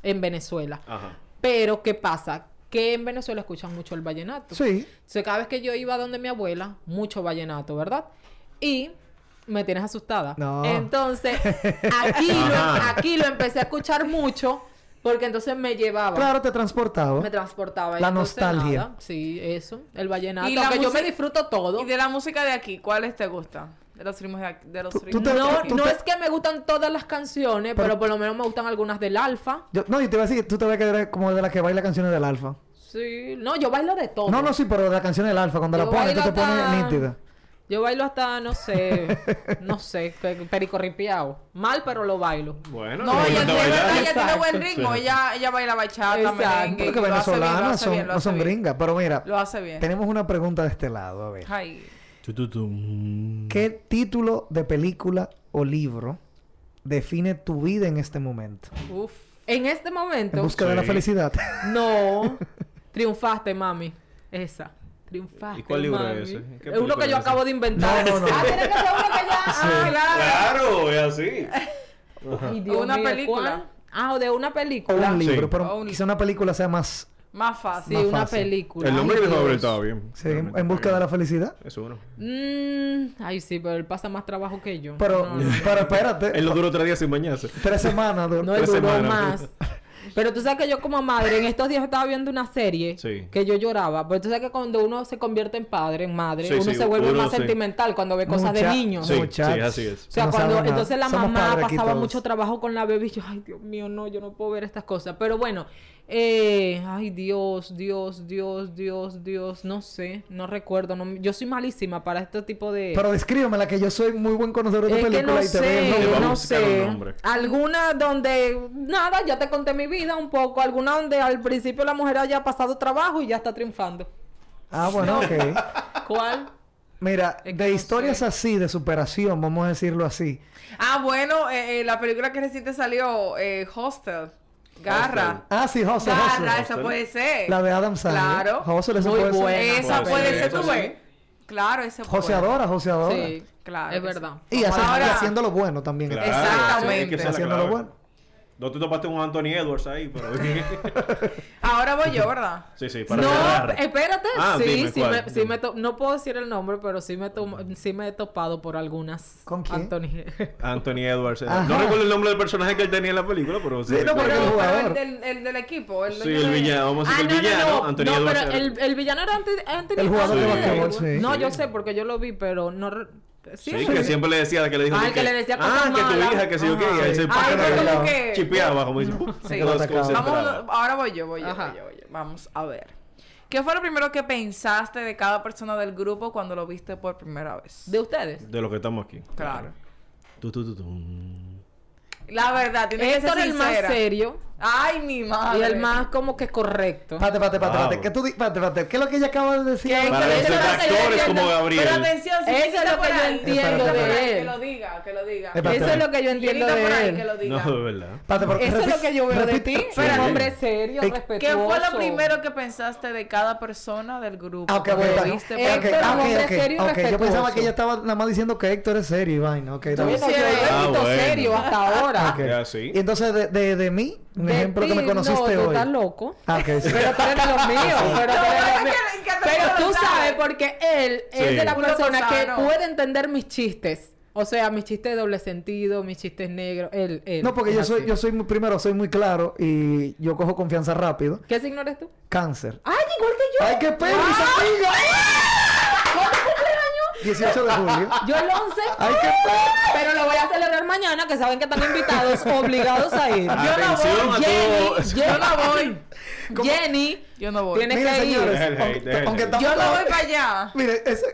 en Venezuela. Ajá. Pero, ¿qué pasa? Que en Venezuela escuchan mucho el vallenato. Sí. Entonces, cada vez que yo iba donde mi abuela, mucho vallenato, ¿verdad? Y me tienes asustada. No. Entonces, aquí lo, Ajá. aquí lo empecé a escuchar mucho porque entonces me llevaba. Claro, te transportaba. Me transportaba. La Entonces, nostalgia. nada, Sí, eso. El vallenato. Y la Aunque yo me música- disfruto todo. Y de la música de aquí, ¿cuáles te gustan? De los ritmos de aquí. De los Tú- tú ritmos te- de No, aquí. tú no te- es que me gustan todas las canciones, pero, Pero- por lo menos me gustan algunas del alfa. Yo- no, yo te voy a decir que tú te vas a quedar como de la que baila canciones del alfa. Sí. No, yo bailo de todo. No, no, sí, pero de la canción del alfa, cuando la Yo pones, tú bailo te pones hasta- nítida. Yo bailo hasta, no sé, no sé, pe- pericorripiao. Mal, pero lo bailo. Bueno, No, me ella, encanta tiene- bailar. ella tiene buen Exacto. ritmo. Sí. Ella, ella baila bachata, Exacto. Porque merengue. y lo hace bien, lo venezolanas hace son- bien, lo no hace son bien. gringas, pero mira, Lo hace bien. tenemos una pregunta de este lado, a ver. Ay. Tu, tu, tum. ¿Qué título de película o libro define tu vida en este momento? Uf. En este En momento, busca de la Sí. felicidad. no. Triunfaste, mami. Esa. Triunfaste. ¿Y cuál libro mami. es ese? ¿Qué Es uno película que yo es acabo esa? de inventar. No, no, no. Ah, tiene que ser uno que ya. Ah, claro. Claro, es así. Ay, Dios Una mío, película. ¿cuál? Ah, o de una o película. un libro, Sí. pero O un- quizá una película sea más Más fácil. Sí, Más una fácil. película. El nombre Ay, que dijo Gabriel Dios. estaba bien. Sí, en en busca de la felicidad. Es uno. Mm, ay, sí, pero él pasa más trabajo que yo. Pero, pero espérate. Él lo duró tres días sin bañarse. Tres semanas. du- No, él Tres duró semanas. más. Pero tú sabes que yo como madre, en estos días estaba viendo una serie Sí. que yo lloraba. Pero tú sabes que cuando uno se convierte en padre, en madre, Sí, uno sí, se vuelve uno más sí. sentimental cuando ve cosas de Mucha- niños. Sí, Muchachos. sí, así es. O sea, No cuando saben nada. entonces la Somos mamá padres aquí pasaba todos. mucho trabajo con la bebé y yo, ay, Dios mío, no, yo no puedo ver estas cosas. Pero bueno, eh, ay, Dios, Dios, Dios, Dios, Dios, no sé, no recuerdo. no- yo soy malísima para este tipo de... Pero descríbemela que yo soy muy buen conocedor de es que no películas y te veo. sé, nombre. no, Vamos a buscar un sé. nombre. Alguna donde, nada, ya te conté mi vida un poco. Alguna donde al principio la mujer haya pasado trabajo y ya está triunfando. Ah, bueno, ok. ¿Cuál? Mira, Es que de no historias sé. así, de superación, vamos a decirlo así. Ah, bueno, eh, eh, la película que reciente salió, eh, Hostel. Garra. Ah, sí, José, Garra, José. esa puede ser. La de Adam Sandler. Claro. José, esa Muy puede ser. buena. Esa Puede puede ser, ser, tú sí. ves. Claro, esa puede Joseadora, joseadora. Sí, Claro. Es que sí. verdad. Y hace- Ahora- y haciendo lo bueno también. Claro, Exactamente. es que esa es la Haciendo lo clave. bueno. No te topaste con Anthony Edwards ahí, pero. Ahora voy yo, ¿verdad? sí, sí, para No, cerrar. espérate. Ah, sí, dime, sí, ¿cuál? me, sí me to- no puedo decir el nombre, pero sí me, to- sí me he topado por algunas. ¿Con quién? Anthony. Anthony Edwards. eh. Ajá. No recuerdo el nombre del personaje que él tenía en la película, pero sí. Sí, no, recuerdo. porque- Pero, pero el, jugador. del, el del equipo. El Sí, dueño el de- villano, vamos a decir que el villano, Anthony Ah, no, Edwards. pero era- el, el villano era Anthony Anthony El jugador de Edwards. basquetbol, sí. No, Sí. yo sé, porque yo lo vi, pero no... re- Sí, Sí, sí. que siempre le decía que le dijo Ah, de el que le decía cosas ah, que malas. Ah, tu hija, que sí, yo qué, Ajá. y ahí se Ay, para fue de- como que- chipeaba, como dice. Sí. todas Vamos, concentradas. ahora voy yo, voy yo, Ajá. voy yo, voy yo. Vamos a ver. ¿Qué fue lo primero que pensaste de cada persona del grupo cuando lo viste por primera vez? De ustedes. De lo que estamos aquí. Claro. Tu, tu, tu, tu. La verdad, tiene que Héctor ser el más sincera. serio Ay, mi madre. y el más como que correcto. Pate, pate, pate, Wow. pate. ¿Qué tú di- pate, pate, ¿Qué es lo que ella acaba de decir? Que- que Para los eso lo hace- detractores yo como entiendo- Gabriel. Pero atención, si Eso Chinita es lo por que yo ahí, entiendo Chinita por de ahí, él. Que lo diga, que lo diga. Epa, Eso es lo que yo entiendo Chinita por de ahí, que él. lo diga. No, de verdad. Pate, porque Eso es lo repi- que yo veo de repite- ti. Sí. Pero un hombre serio, Eh, respetuoso. ¿Qué fue lo primero que pensaste de cada persona del grupo? Ah, ok, cuando bueno, lo está. viste Eh, por Ok, Héctor, ah, un ok, hombre ok, ok. serio y Yo pensaba respetuoso. que ella estaba nada más diciendo que Héctor es serio y vaina. Ok, está Bueno, bien. yo he Ah, visto bueno. serio hasta ahora. Ok. Ya, Ah, sí. Y entonces, de, de, de mí, un De ejemplo que ti, me conociste no, tú hoy. estás loco. Ah, ok, sí. Pero tú eres de los míos. No, Pero, tú, eres de los es míos. que- que tú Pero no lo tú sabes. sabes porque él Sí. es de la Uno persona que sano. puede entender mis chistes. O sea, mis chistes de doble sentido, mis chistes negros. Él, él. No, porque es yo soy, así. yo soy muy, primero, soy muy claro y yo cojo confianza rápido. ¿Qué signo eres tú? Cáncer. ¡Ay, igual que yo! ¡Ay, qué pedo, mis amigas! 18 de julio. Yo el 11. ¡Ay, qué pedo! Pero lo voy a celebrar mañana, que saben que están invitados, obligados a ir. Yo Ah, no voy. Jenny, todos. yo no voy. Jenny, Yo no voy. Tienes- Mira, que ir. señores, Deja el hate, deja el aunque, aunque hate. estamos Yo no todos- voy para allá. Mire, ese...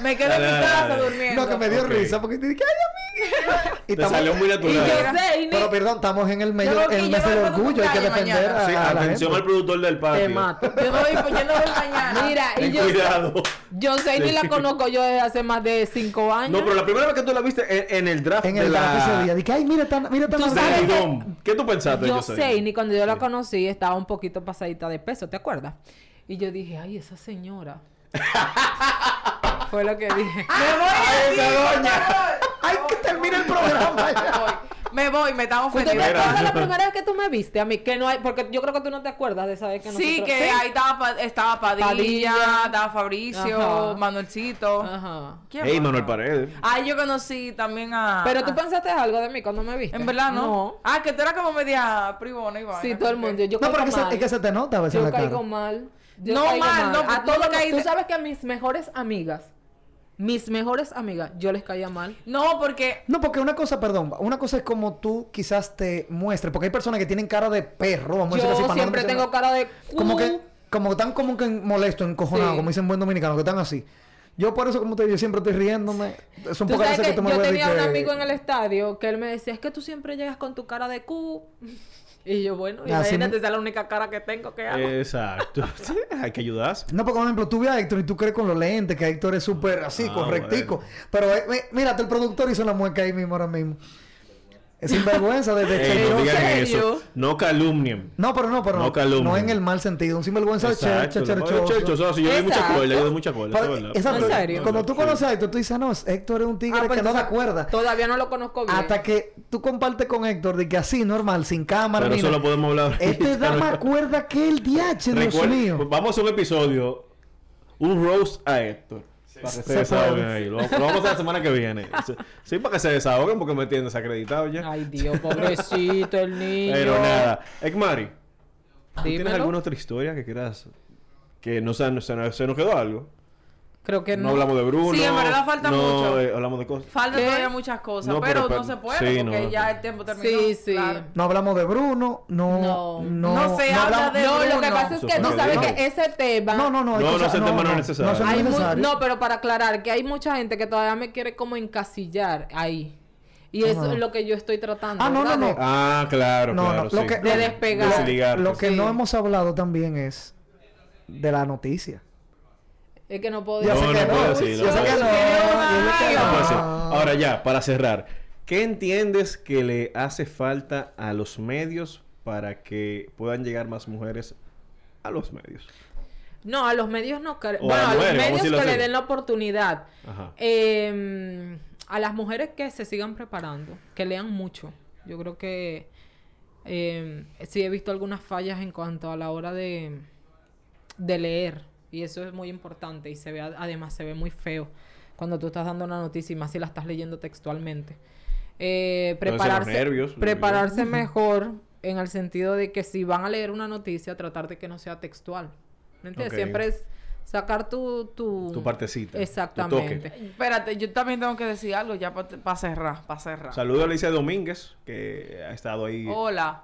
Me quedo en Dale, mi dale, casa dale. durmiendo. No, que me dio Ok. risa porque te dije, ¡ay, amiga! Y Te salió muy y yo natural. sé, y ni- Pero perdón, estamos en el, medio, Yo creo que el yo mes no del me puedo orgullo, hay que comprar ya defender a, mañana. Sí, a la atención gente. al producor del te patio. mato. Yo no voy, pues, yo no voy mañana. Mira, Ten y yo cuidado. Yo sé, ni la conozco yo desde hace más de cinco años. No, pero la primera vez que tú la viste en, en el draft En de el la... café ese día. Dije, ay, mira, tan, mira, tan Tú amable". sabes del que- Lidón. ¿Qué tú pensaste? yo Yosei? sé, y ni cuando yo la conocí estaba un poquito pasadita de peso, ¿te acuerdas? Y yo dije, ay, esa señora. Fue lo que dije. Ah, Me voy Ay, de aquí, esa doña. por favor. ¡Ay, que termine el programa! Me voy. Me voy, me estamos ¿Tú te ofendiendo. acuerdas Mira. la primera vez que tú me viste a mí? Que no hay, porque yo creo que tú no te acuerdas de esa vez que nosotros... Sí, que ahí estaba, Pa- estaba Padilla, Padilla. estaba Fabricio, Ajá. Manuelcito. Ajá. ¿Quién Ey, más? Manuel Paredes. Ay, yo conocí también a... Pero tú a- pensaste algo de mí cuando me viste. En verdad, ¿no? Ah, que tú eras como media privona y No. vaina, Sí, todo el como que- mundo. Yo No, caigo porque se- mal. es que se te nota a veces en Yo la cara. caigo mal. Yo No caigo mal, no, a tú no todos, caíste- Tú sabes que a mis mejores amigas, mis mejores amigas, yo les caía mal. No, porque... No, porque una cosa, perdón, una cosa es como tú quizás te muestres, porque hay personas que tienen cara de perro, vamos a decir Yo así, para no siempre mencionar- tengo cara de... Como cu. que, como tan como que molesto, encojonado, Sí. como dicen buen dominicano, que están así. Yo por eso, como te digo, siempre estoy riéndome. Son Tú pocas sabes veces que, que, tú me yo ves de tenía un que- amigo en el estadio que él me decía, es que tú siempre llegas con tu cara de cu. Y yo, bueno, Así imagínate, mi- esa es la única cara que tengo que Eh, hago. Exacto. Sí, Hay que ayudarse. No, porque por ejemplo, tú ves a Héctor y tú crees con los lentes que Héctor es súper así, Ah, correctico. bueno. Pero eh, mi- mírate, el productor hizo la mueca ahí mismo ahora mismo. Es sinvergüenza de, de Ey, no Checho. digan ¿En serio? eso. No calumnien. No, pero no, pero No no, calumnia. en el mal sentido. Un sinvergüenza de Exacto. Checho, no, cherchoso. cherchoso, si yo doy mucha Exacto. cola, yo doy mucha cola. Pero- eso es verdad. exacto. ¿En serio? Cuando tú Sí. conoces a Héctor, tú dices, no, es- Héctor es un tigre Ah, pues que no te entonces, acuerdas. Todavía no lo conozco bien. Hasta que tú compartes con Héctor de que así, normal, sin cámara, Pero ni eso nada. lo podemos hablar. Este da más cuerda que el DH, Dios Recuerda- mío. Vamos a hacer un episodio, un roast a Héctor. Para que se, Se desahoguen puede. ahí. Lo, lo vamos a hacer la semana que viene. Sí, Sí, para que se desahoguen porque me tienen desacreditado ya. Ay, Dios, pobrecito el niño. Pero nada. Ekmari, ¿tú ¿tienes Dímelo. alguna otra historia que quieras? Que no se, se, nos- se nos quedó algo. Creo que No, no. hablamos de Bruno. Sí, en verdad falta no, mucho. eh, hablamos de cosas. Falta ¿Qué? todavía muchas cosas, No, pero, pero- pero- no se sí, puede porque no. ya el tiempo terminó. Sí, sí. claro. No hablamos de Bruno, no. No. No, No se habla hablamos- de No, lo que Bruno. pasa es que Eso tú fue sabes lo que que dijo. ese tema. No, no, no. hay No, no, cosas- ese tema no es necesario. No, eso no es Hay mu- necesario. no, pero para aclarar que hay mucha gente que todavía me quiere como encasillar ahí. Y eso Ajá. es lo que yo estoy tratando. Ah, no, ¿verdad? no, no. Ah, claro, No, no, claro. lo sí. pues. que- De despegar. Desligarte. Lo que Sí. no hemos hablado también es de la noticia. Es que no puedo Ya No, sé no que puedo no. decirlo, Ya no sé que puedo no. decirlo. ya sé que No no. puede ser. Ah, pues Ahora ya, para cerrar, ¿qué entiendes que le hace falta a los medios para que puedan llegar más mujeres a los medios? No, a los medios no. cre- O a Bueno, las a los mujeres, vamos a medios decirlo que así. le den la oportunidad. Ajá. Eh, a las mujeres que se sigan preparando, que lean mucho. Yo creo que eh, sí he visto algunas fallas en cuanto a la hora de, de leer. Y eso es muy importante. Y se ve, a- además, se ve muy feo cuando tú estás dando una noticia y más si la estás leyendo textualmente. Entonces, Eh, los prepararse nervios, prepararse mejor en el sentido de que si van a leer una noticia, tratar de que no sea textual. ¿Me entiendes? Ok. Siempre es sacar tu, tu... Tu partecita, tu Exactamente. Espérate, yo también tengo que decir algo ya para cerrar, para cerrar. Saludo a Alicia Domínguez, que ha estado ahí. Oh, Hola.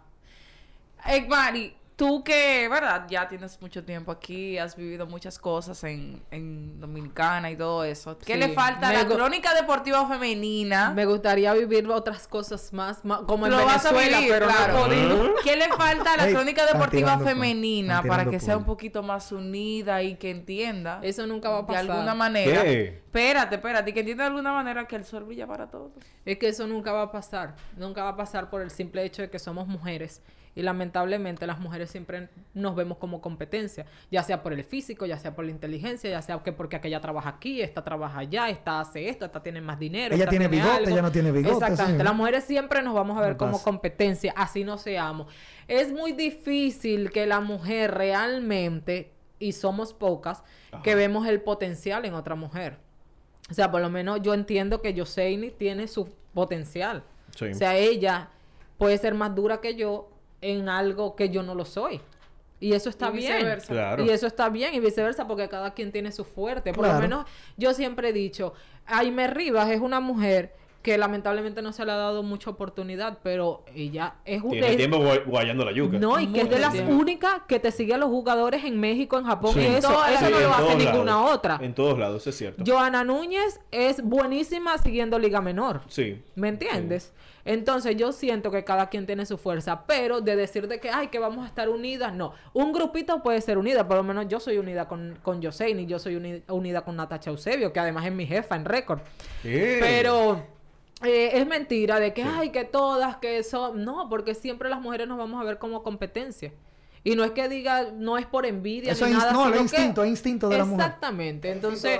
Ekmari, tú que, ¿verdad? Ya tienes mucho tiempo aquí, has vivido muchas cosas en, en Dominicana y todo eso. ¿Qué Sí. le falta a Me la gu- crónica deportiva femenina? Me gustaría vivir otras cosas más, ma- como en Lo vas a Venezuela, vivir, pero no he claro. podido. ¿Qué le falta a la Ey, crónica están deportiva tirando pun- femenina están para tirando que sea un pun. poquito más unida y que entienda? Eso nunca va a de pasar. alguna manera. ¿Qué? Espérate, espérate, y que entienda de alguna manera que el sol brilla para todos. Es que eso nunca va a pasar. Nunca va a pasar por el simple hecho de que somos mujeres. Y lamentablemente las mujeres siempre nos vemos como competencia, ya sea por el físico, ya sea por la inteligencia, ya sea que porque aquella trabaja aquí, esta trabaja allá, esta hace esto, esta tiene más dinero. Ella esta tiene bigote, algo. ella no tiene bigote, Exactamente. sí. Las mujeres siempre nos vamos a ver No como pasa. competencia, así no seamos. Es muy difícil que la mujer realmente, y somos pocas, que vemos el potencial en otra mujer. O sea, por lo menos yo entiendo que Yoseini tiene su potencial. Sí. O sea, ella puede ser más dura que yo en algo que yo no lo soy. Y eso está Y bien. viceversa. Claro. Y eso está bien y viceversa porque cada quien tiene su fuerte. Por lo Claro. menos yo siempre he dicho, Aime Rivas es una mujer que lamentablemente no se le ha dado mucha oportunidad, pero ella es una... Tiene tiempo guay- guayando la yuca. No, y que es de Mucho las tiempo. únicas que te sigue a los jugadores en México, en Japón Sí. y eso. Todas eso las- no Sí, lo en hace todos ninguna lados. otra. En todos lados, eso es cierto. Joana Núñez es buenísima siguiendo Liga Menor. Sí. ¿Me entiendes? Entonces yo siento que cada quien tiene su fuerza, pero de decir de que, ay, que vamos a estar unidas, no. Un grupito puede ser unida, por lo menos yo soy unida con, con Yoseini, yo soy uni- unida con Natacha Eusebio, que además es mi jefa en récord. ¿Qué? Pero eh, es mentira de que, Sí. ay, que todas, que eso. No, porque siempre las mujeres nos vamos a ver como competencia. Y no es que diga, no es por envidia Eso ni es inst- nada. no, es sino instinto, que- es instinto de la mujer. Exactamente. Entonces,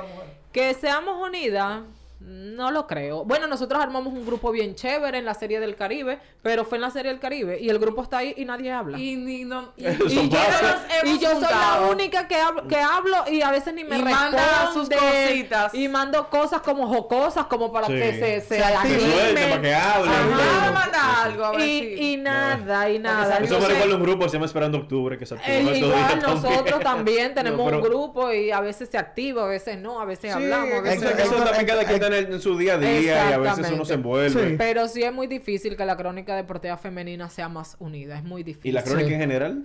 que seamos unidas, no lo creo. Bueno, nosotros armamos un grupo bien chévere en la serie del Caribe, pero fue en la serie del Caribe y el grupo está ahí y nadie habla. Y, ni- no- y- Eso y ya pasa. nos hemos Y yo soy la juntado. única que hablo, que hablo y a veces ni me Y responde. manda sus cositas. Y mando cosas como jocosas, como para Sí. que se, se Que animen. suelte, para que hable. Ajá. Ajá, manda algo, a ver Y, si- y nada, y nada. Eso me Entonces, recuerda a un grupo que se llama Esperando Octubre, que se activa eh, todo el día igual nosotros también tenemos No, pero- un grupo y a veces se activa, a veces no, a veces Sí, hablamos. a veces eso, Héctor- no. eso Héctor- también cada quien está en, el- en su día a día y a veces uno Exactamente. se envuelve. Sí. Pero sí es muy difícil que la crónica deportiva femenina sea más unida, es muy difícil. ¿Y la crónica Sí. en general?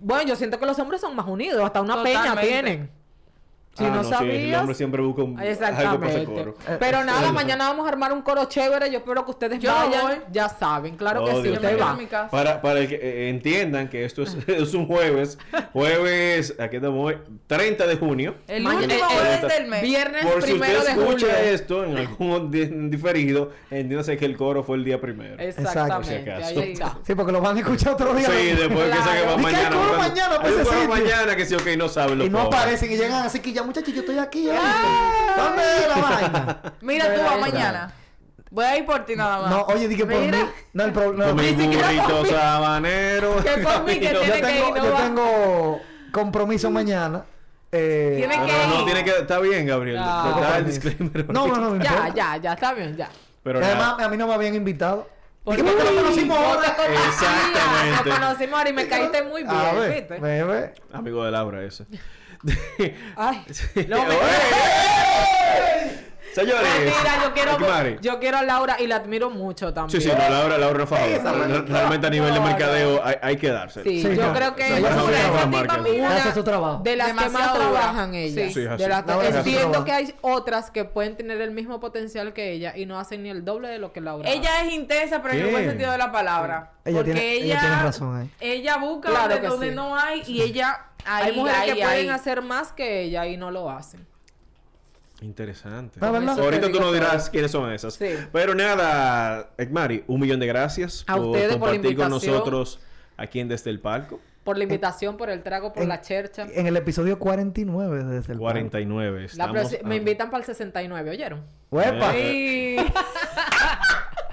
Bueno, yo siento que los hombres son más unidos, hasta una peña Totalmente. tienen. Si ah, no, sí, el sabías. hombre siempre busca un, algo para hacer Exactamente. coro. Pero nada, mañana vamos a armar un coro chévere. Yo espero que ustedes Yo vayan. voy. Ya saben, Oh, claro que sí, Dios ustedes mío. va. van. mi casa. Para, para el que eh, entiendan que esto es, es un jueves. Jueves, aquí estamos hoy, 30 de junio. El Mañana- último eh, jueves eh, del mes. Viernes Por si usted primero de escucha julio. esto en algún di- diferido, entiéndase que el coro fue el día primero. Exactamente, Por si ahí está. Sí, porque lo van a escuchar otro día. Sí, después que se que va ¿Y Claro. qué hay mañana. coro cuando- mañana pues, para hay un ese coro sitio? mañana que sí, ok, no saben lo Y no pobres. aparecen y llegan así que ya, muchachos, yo estoy aquí. ¿eh? Ah. ¿Dónde es la vaina? Mira tú, Pero a es mañana. Voy a ir por ti nada más. No, oye, dije por Mira. mí. No, el problema. Con mi Ni siquiera burrito conmigo. sabanero. Que conmigo, que No, tiene yo que tengo, ir, no yo va. tengo compromiso mañana. Eh, Tiene no, que no, no, ir. tiene que. Está bien, Gabriel. Ah. Está el compromiso. disclaimer. No, no, no, me Ya, importa. ya, ya, está bien, ya. Pero Y nada. además, a mí no me habían invitado. Porque Dije, "Pues, ¿por qué lo conocimos no ahora? te conocía, Exactamente. Nos conocimos ahora y me caíste muy bien, A ver, ¿viste? bebé. Amigo de Laura, ese. Ay, no ¡Ey! Señores. Pues Mira, yo quiero, Mari. yo quiero a Laura y la admiro mucho Sí, también. sí, no, Laura, Laura no faja. Esa Re- manito. Realmente a nivel de No, no. mercadeo hay, hay que darse. Sí, Sí, yo no. creo que Sí, es no, no, una no, no, de marca. las Una- Hace su trabajo. de las que más Demasiado dura. trabajan ellas. Sí, es así. de las- La verdad, entiendo trabaja. que hay otras que pueden tener el mismo potencial que ella y no hacen ni el doble de lo que Laura. hace. Ella es intensa, pero en el buen ¿Qué? sentido de la palabra. Ella porque tiene- ella ella, tiene razón ahí. Ella busca Claro donde, que donde sí. no hay y ella ahí, hay mujeres ahí, que pueden ahí. hacer más que ella y no lo hacen. Interesante. No, ¿verdad? Ahorita Te tú digo nos dirás todo. quiénes son esas. Sí. Pero nada, Ekmari, un millón de gracias A ustedes por la compartir con invitación. nosotros aquí en Desde el Palco. Por la invitación, por el trago, por en- la chercha. En el episodio 49 desde el 49. La estamos prosi- a- Me invitan para el 69, ¿oyeron? ¡Huepa! Eh. Sí.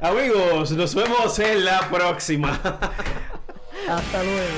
Amigos, nos vemos en la próxima. Hasta luego.